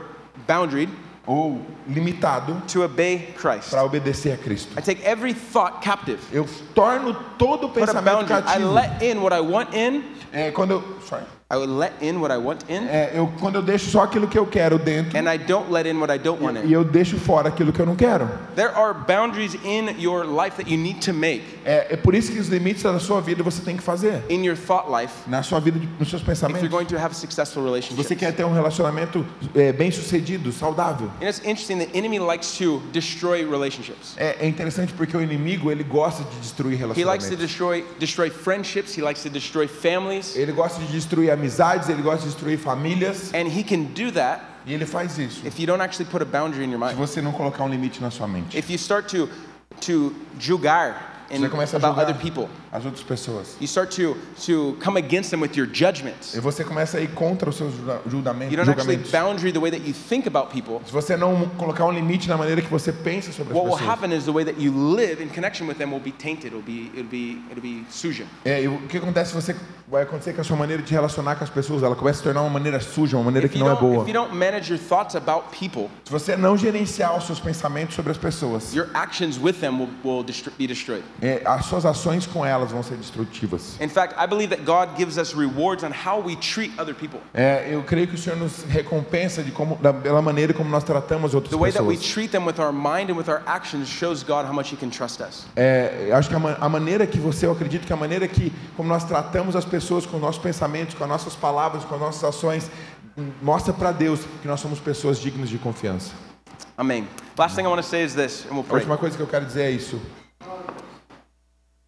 Speaker 2: boundaried
Speaker 3: ou limitado
Speaker 2: to obey Christ.
Speaker 3: para obedecer a Cristo.
Speaker 2: I take every thought captive.
Speaker 3: Eu torno todo o
Speaker 2: Put a
Speaker 3: pensamento
Speaker 2: boundary. I
Speaker 3: cativo.
Speaker 2: let in what I want in.
Speaker 3: É, quando eu, sorry.
Speaker 2: I would let in what I want in,
Speaker 3: É, eu, quando eu deixo só aquilo que eu quero dentro
Speaker 2: and I don't let in what I don't want
Speaker 3: e
Speaker 2: in.
Speaker 3: eu deixo fora aquilo que eu não quero.
Speaker 2: There are boundaries in your life that you need to make
Speaker 3: É, é por isso que os limites da sua vida você tem que fazer.
Speaker 2: in your thought life
Speaker 3: Na sua vida, de- nos seus
Speaker 2: if you're
Speaker 3: pensamentos.
Speaker 2: going to have successful relationships.
Speaker 3: Você quer ter um relacionamento é, bem sucedido, saudável.
Speaker 2: And it's interesting, the enemy likes to destroy relationships.
Speaker 3: É, é interessante porque o inimigo ele gosta de destruir
Speaker 2: He likes to
Speaker 3: relacionamentos.
Speaker 2: destroy destroy friendships, he likes to destroy families.
Speaker 3: Ele gosta de destruir amizades, ele gosta de destruir famílias.
Speaker 2: And he can do that
Speaker 3: E ele faz isso.
Speaker 2: if you don't actually put a boundary in your
Speaker 3: Se
Speaker 2: mind.
Speaker 3: você não colocar um limite na sua mente,
Speaker 2: If you start to to julgar in,
Speaker 3: você começa a
Speaker 2: about other
Speaker 3: julgar
Speaker 2: people,
Speaker 3: as outras pessoas.
Speaker 2: you start to to come against them with your judgments.
Speaker 3: E você começa a ir contra os seus julga- julgamentos.
Speaker 2: You don't actually
Speaker 3: julgamentos.
Speaker 2: boundary the way that you think about people.
Speaker 3: Se você não colocar um limite na maneira que você pensa sobre as
Speaker 2: What will
Speaker 3: pessoas.
Speaker 2: happen is the way that you live in connection with them will be tainted. It'll be it'll be it'll be suja.
Speaker 3: É, e o que acontece você vai acontecer com a sua maneira de relacionar com as pessoas, ela começa a se tornar uma maneira suja, uma maneira
Speaker 2: If
Speaker 3: que
Speaker 2: you,
Speaker 3: não é
Speaker 2: don't,
Speaker 3: boa.
Speaker 2: if you don't manage your thoughts about people,
Speaker 3: Se você não gerenciar os seus pensamentos sobre as pessoas,
Speaker 2: your actions with them will, will destro- be destroyed.
Speaker 3: é, as suas ações com elas vão ser destrutivas.
Speaker 2: In fact, I believe that God gives us rewards on how we treat other people.
Speaker 3: É, eu creio que o Senhor nos recompensa de como, da, pela maneira como nós tratamos outras
Speaker 2: The way that we
Speaker 3: pessoas.
Speaker 2: treat them with our mind and with our actions shows God how much He can trust us.
Speaker 3: É, eu acho que a, ma- a maneira que você, eu acredito que a maneira que como nós tratamos as pessoas com os nossos pensamentos, com as nossas palavras, com as nossas ações, hum, mostra para Deus que nós somos pessoas dignas de confiança.
Speaker 2: Amen. Last thing I want to say is this, and we'll
Speaker 3: A
Speaker 2: pray.
Speaker 3: última coisa que eu quero dizer é isso.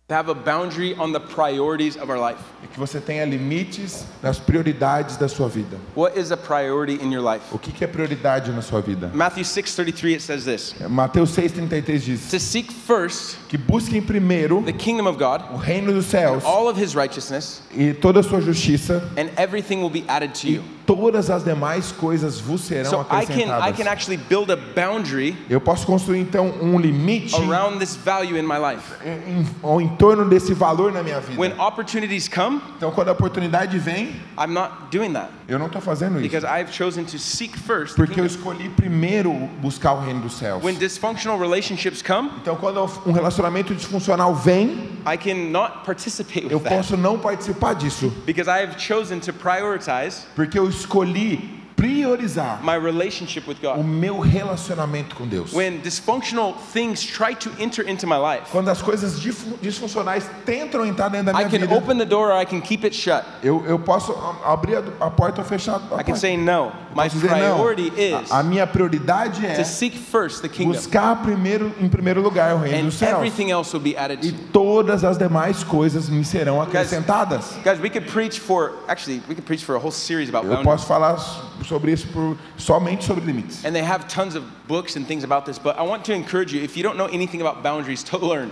Speaker 2: To have a boundary on the priorities of our life.
Speaker 3: é que você tenha limites nas prioridades da sua vida.
Speaker 2: What is a priority in your life?
Speaker 3: O que, que é prioridade na sua vida?
Speaker 2: Matthew 6:33 it says this.
Speaker 3: Mateus 6,33 diz
Speaker 2: To seek first
Speaker 3: que busquem primeiro
Speaker 2: the kingdom of God,
Speaker 3: o reino dos céus
Speaker 2: all of his righteousness,
Speaker 3: e toda a sua justiça
Speaker 2: and everything will be added to
Speaker 3: e
Speaker 2: you.
Speaker 3: todas as demais coisas vos serão
Speaker 2: So I can I can
Speaker 3: acrescentadas.
Speaker 2: actually build a boundary
Speaker 3: Eu posso construir então um limite
Speaker 2: around this value in my life.
Speaker 3: em, em- ao em torno desse valor na minha vida.
Speaker 2: When opportunities come,
Speaker 3: Então quando a oportunidade vem,
Speaker 2: I'm not doing that
Speaker 3: eu não estou fazendo
Speaker 2: because
Speaker 3: isso.
Speaker 2: I've chosen to seek first. the
Speaker 3: Porque eu
Speaker 2: kingdom.
Speaker 3: escolhi primeiro buscar o reino dos céus.
Speaker 2: When dysfunctional relationships come,
Speaker 3: Então quando um relacionamento disfuncional vem,
Speaker 2: I cannot participate
Speaker 3: eu
Speaker 2: with that
Speaker 3: posso não participar disso.
Speaker 2: because I have chosen to prioritize
Speaker 3: Porque eu escolhi priorizar
Speaker 2: my relationship with
Speaker 3: o
Speaker 2: God.
Speaker 3: meu relacionamento com Deus.
Speaker 2: When dysfunctional things try to enter into my life,
Speaker 3: Quando as coisas difu- disfuncionais tentam entrar dentro da
Speaker 2: I
Speaker 3: minha
Speaker 2: can
Speaker 3: vida,
Speaker 2: open the door or I can keep it shut.
Speaker 3: eu, eu posso a- abrir a, do- a porta ou fechar a
Speaker 2: I
Speaker 3: porta.
Speaker 2: can say no. My
Speaker 3: Posso dizer, não,
Speaker 2: priority is
Speaker 3: a, a minha prioridade é
Speaker 2: to seek first the kingdom,
Speaker 3: buscar primeiro, em primeiro lugar o reino
Speaker 2: and
Speaker 3: dos céus.
Speaker 2: everything else will be added to
Speaker 3: E
Speaker 2: you.
Speaker 3: todas as demais coisas me serão acrescentadas.
Speaker 2: Guys, we could preach for actually we could preach for a whole series about
Speaker 3: Eu
Speaker 2: boundaries,
Speaker 3: posso falar s- sobre isso por, somente sobre limites.
Speaker 2: and they have tons of books and things about this. But I want to encourage you if you don't know anything about boundaries, to learn.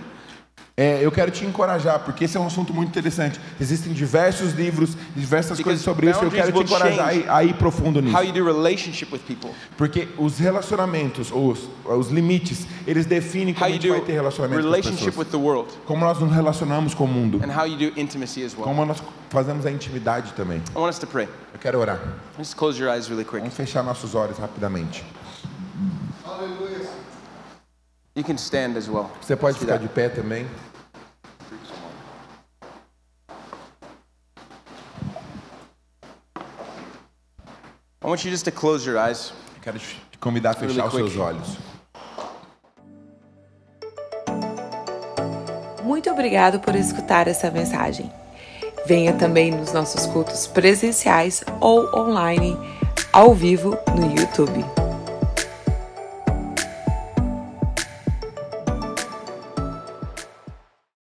Speaker 3: É, eu quero te encorajar, porque esse é um assunto muito interessante. Existem diversos livros, diversas coisas sobre isso. Eu quero te
Speaker 2: boundaries will
Speaker 3: encorajar a ir, a ir profundo
Speaker 2: How
Speaker 3: nisso.
Speaker 2: you do relationship with people,
Speaker 3: Porque os relacionamentos, os, os limites, eles definem
Speaker 2: how
Speaker 3: como a
Speaker 2: you
Speaker 3: gente
Speaker 2: do
Speaker 3: vai ter relacionamento com as
Speaker 2: relationship
Speaker 3: pessoas.
Speaker 2: with the world,
Speaker 3: Como nós nos relacionamos com o mundo.
Speaker 2: and how you do intimacy as well.
Speaker 3: Como nós fazemos a intimidade também.
Speaker 2: I want us to pray.
Speaker 3: Eu quero orar.
Speaker 2: Just close your eyes really quick.
Speaker 3: Vamos fechar nossos olhos rapidamente.
Speaker 2: You can stand as well.
Speaker 3: Você pode ficar de pé também.
Speaker 2: I want you just to close your eyes.
Speaker 3: Eu quero te convidar a fechar os seus olhos.
Speaker 1: Muito obrigado por escutar essa mensagem. Venha também nos nossos cultos presenciais ou online, ao vivo no YouTube.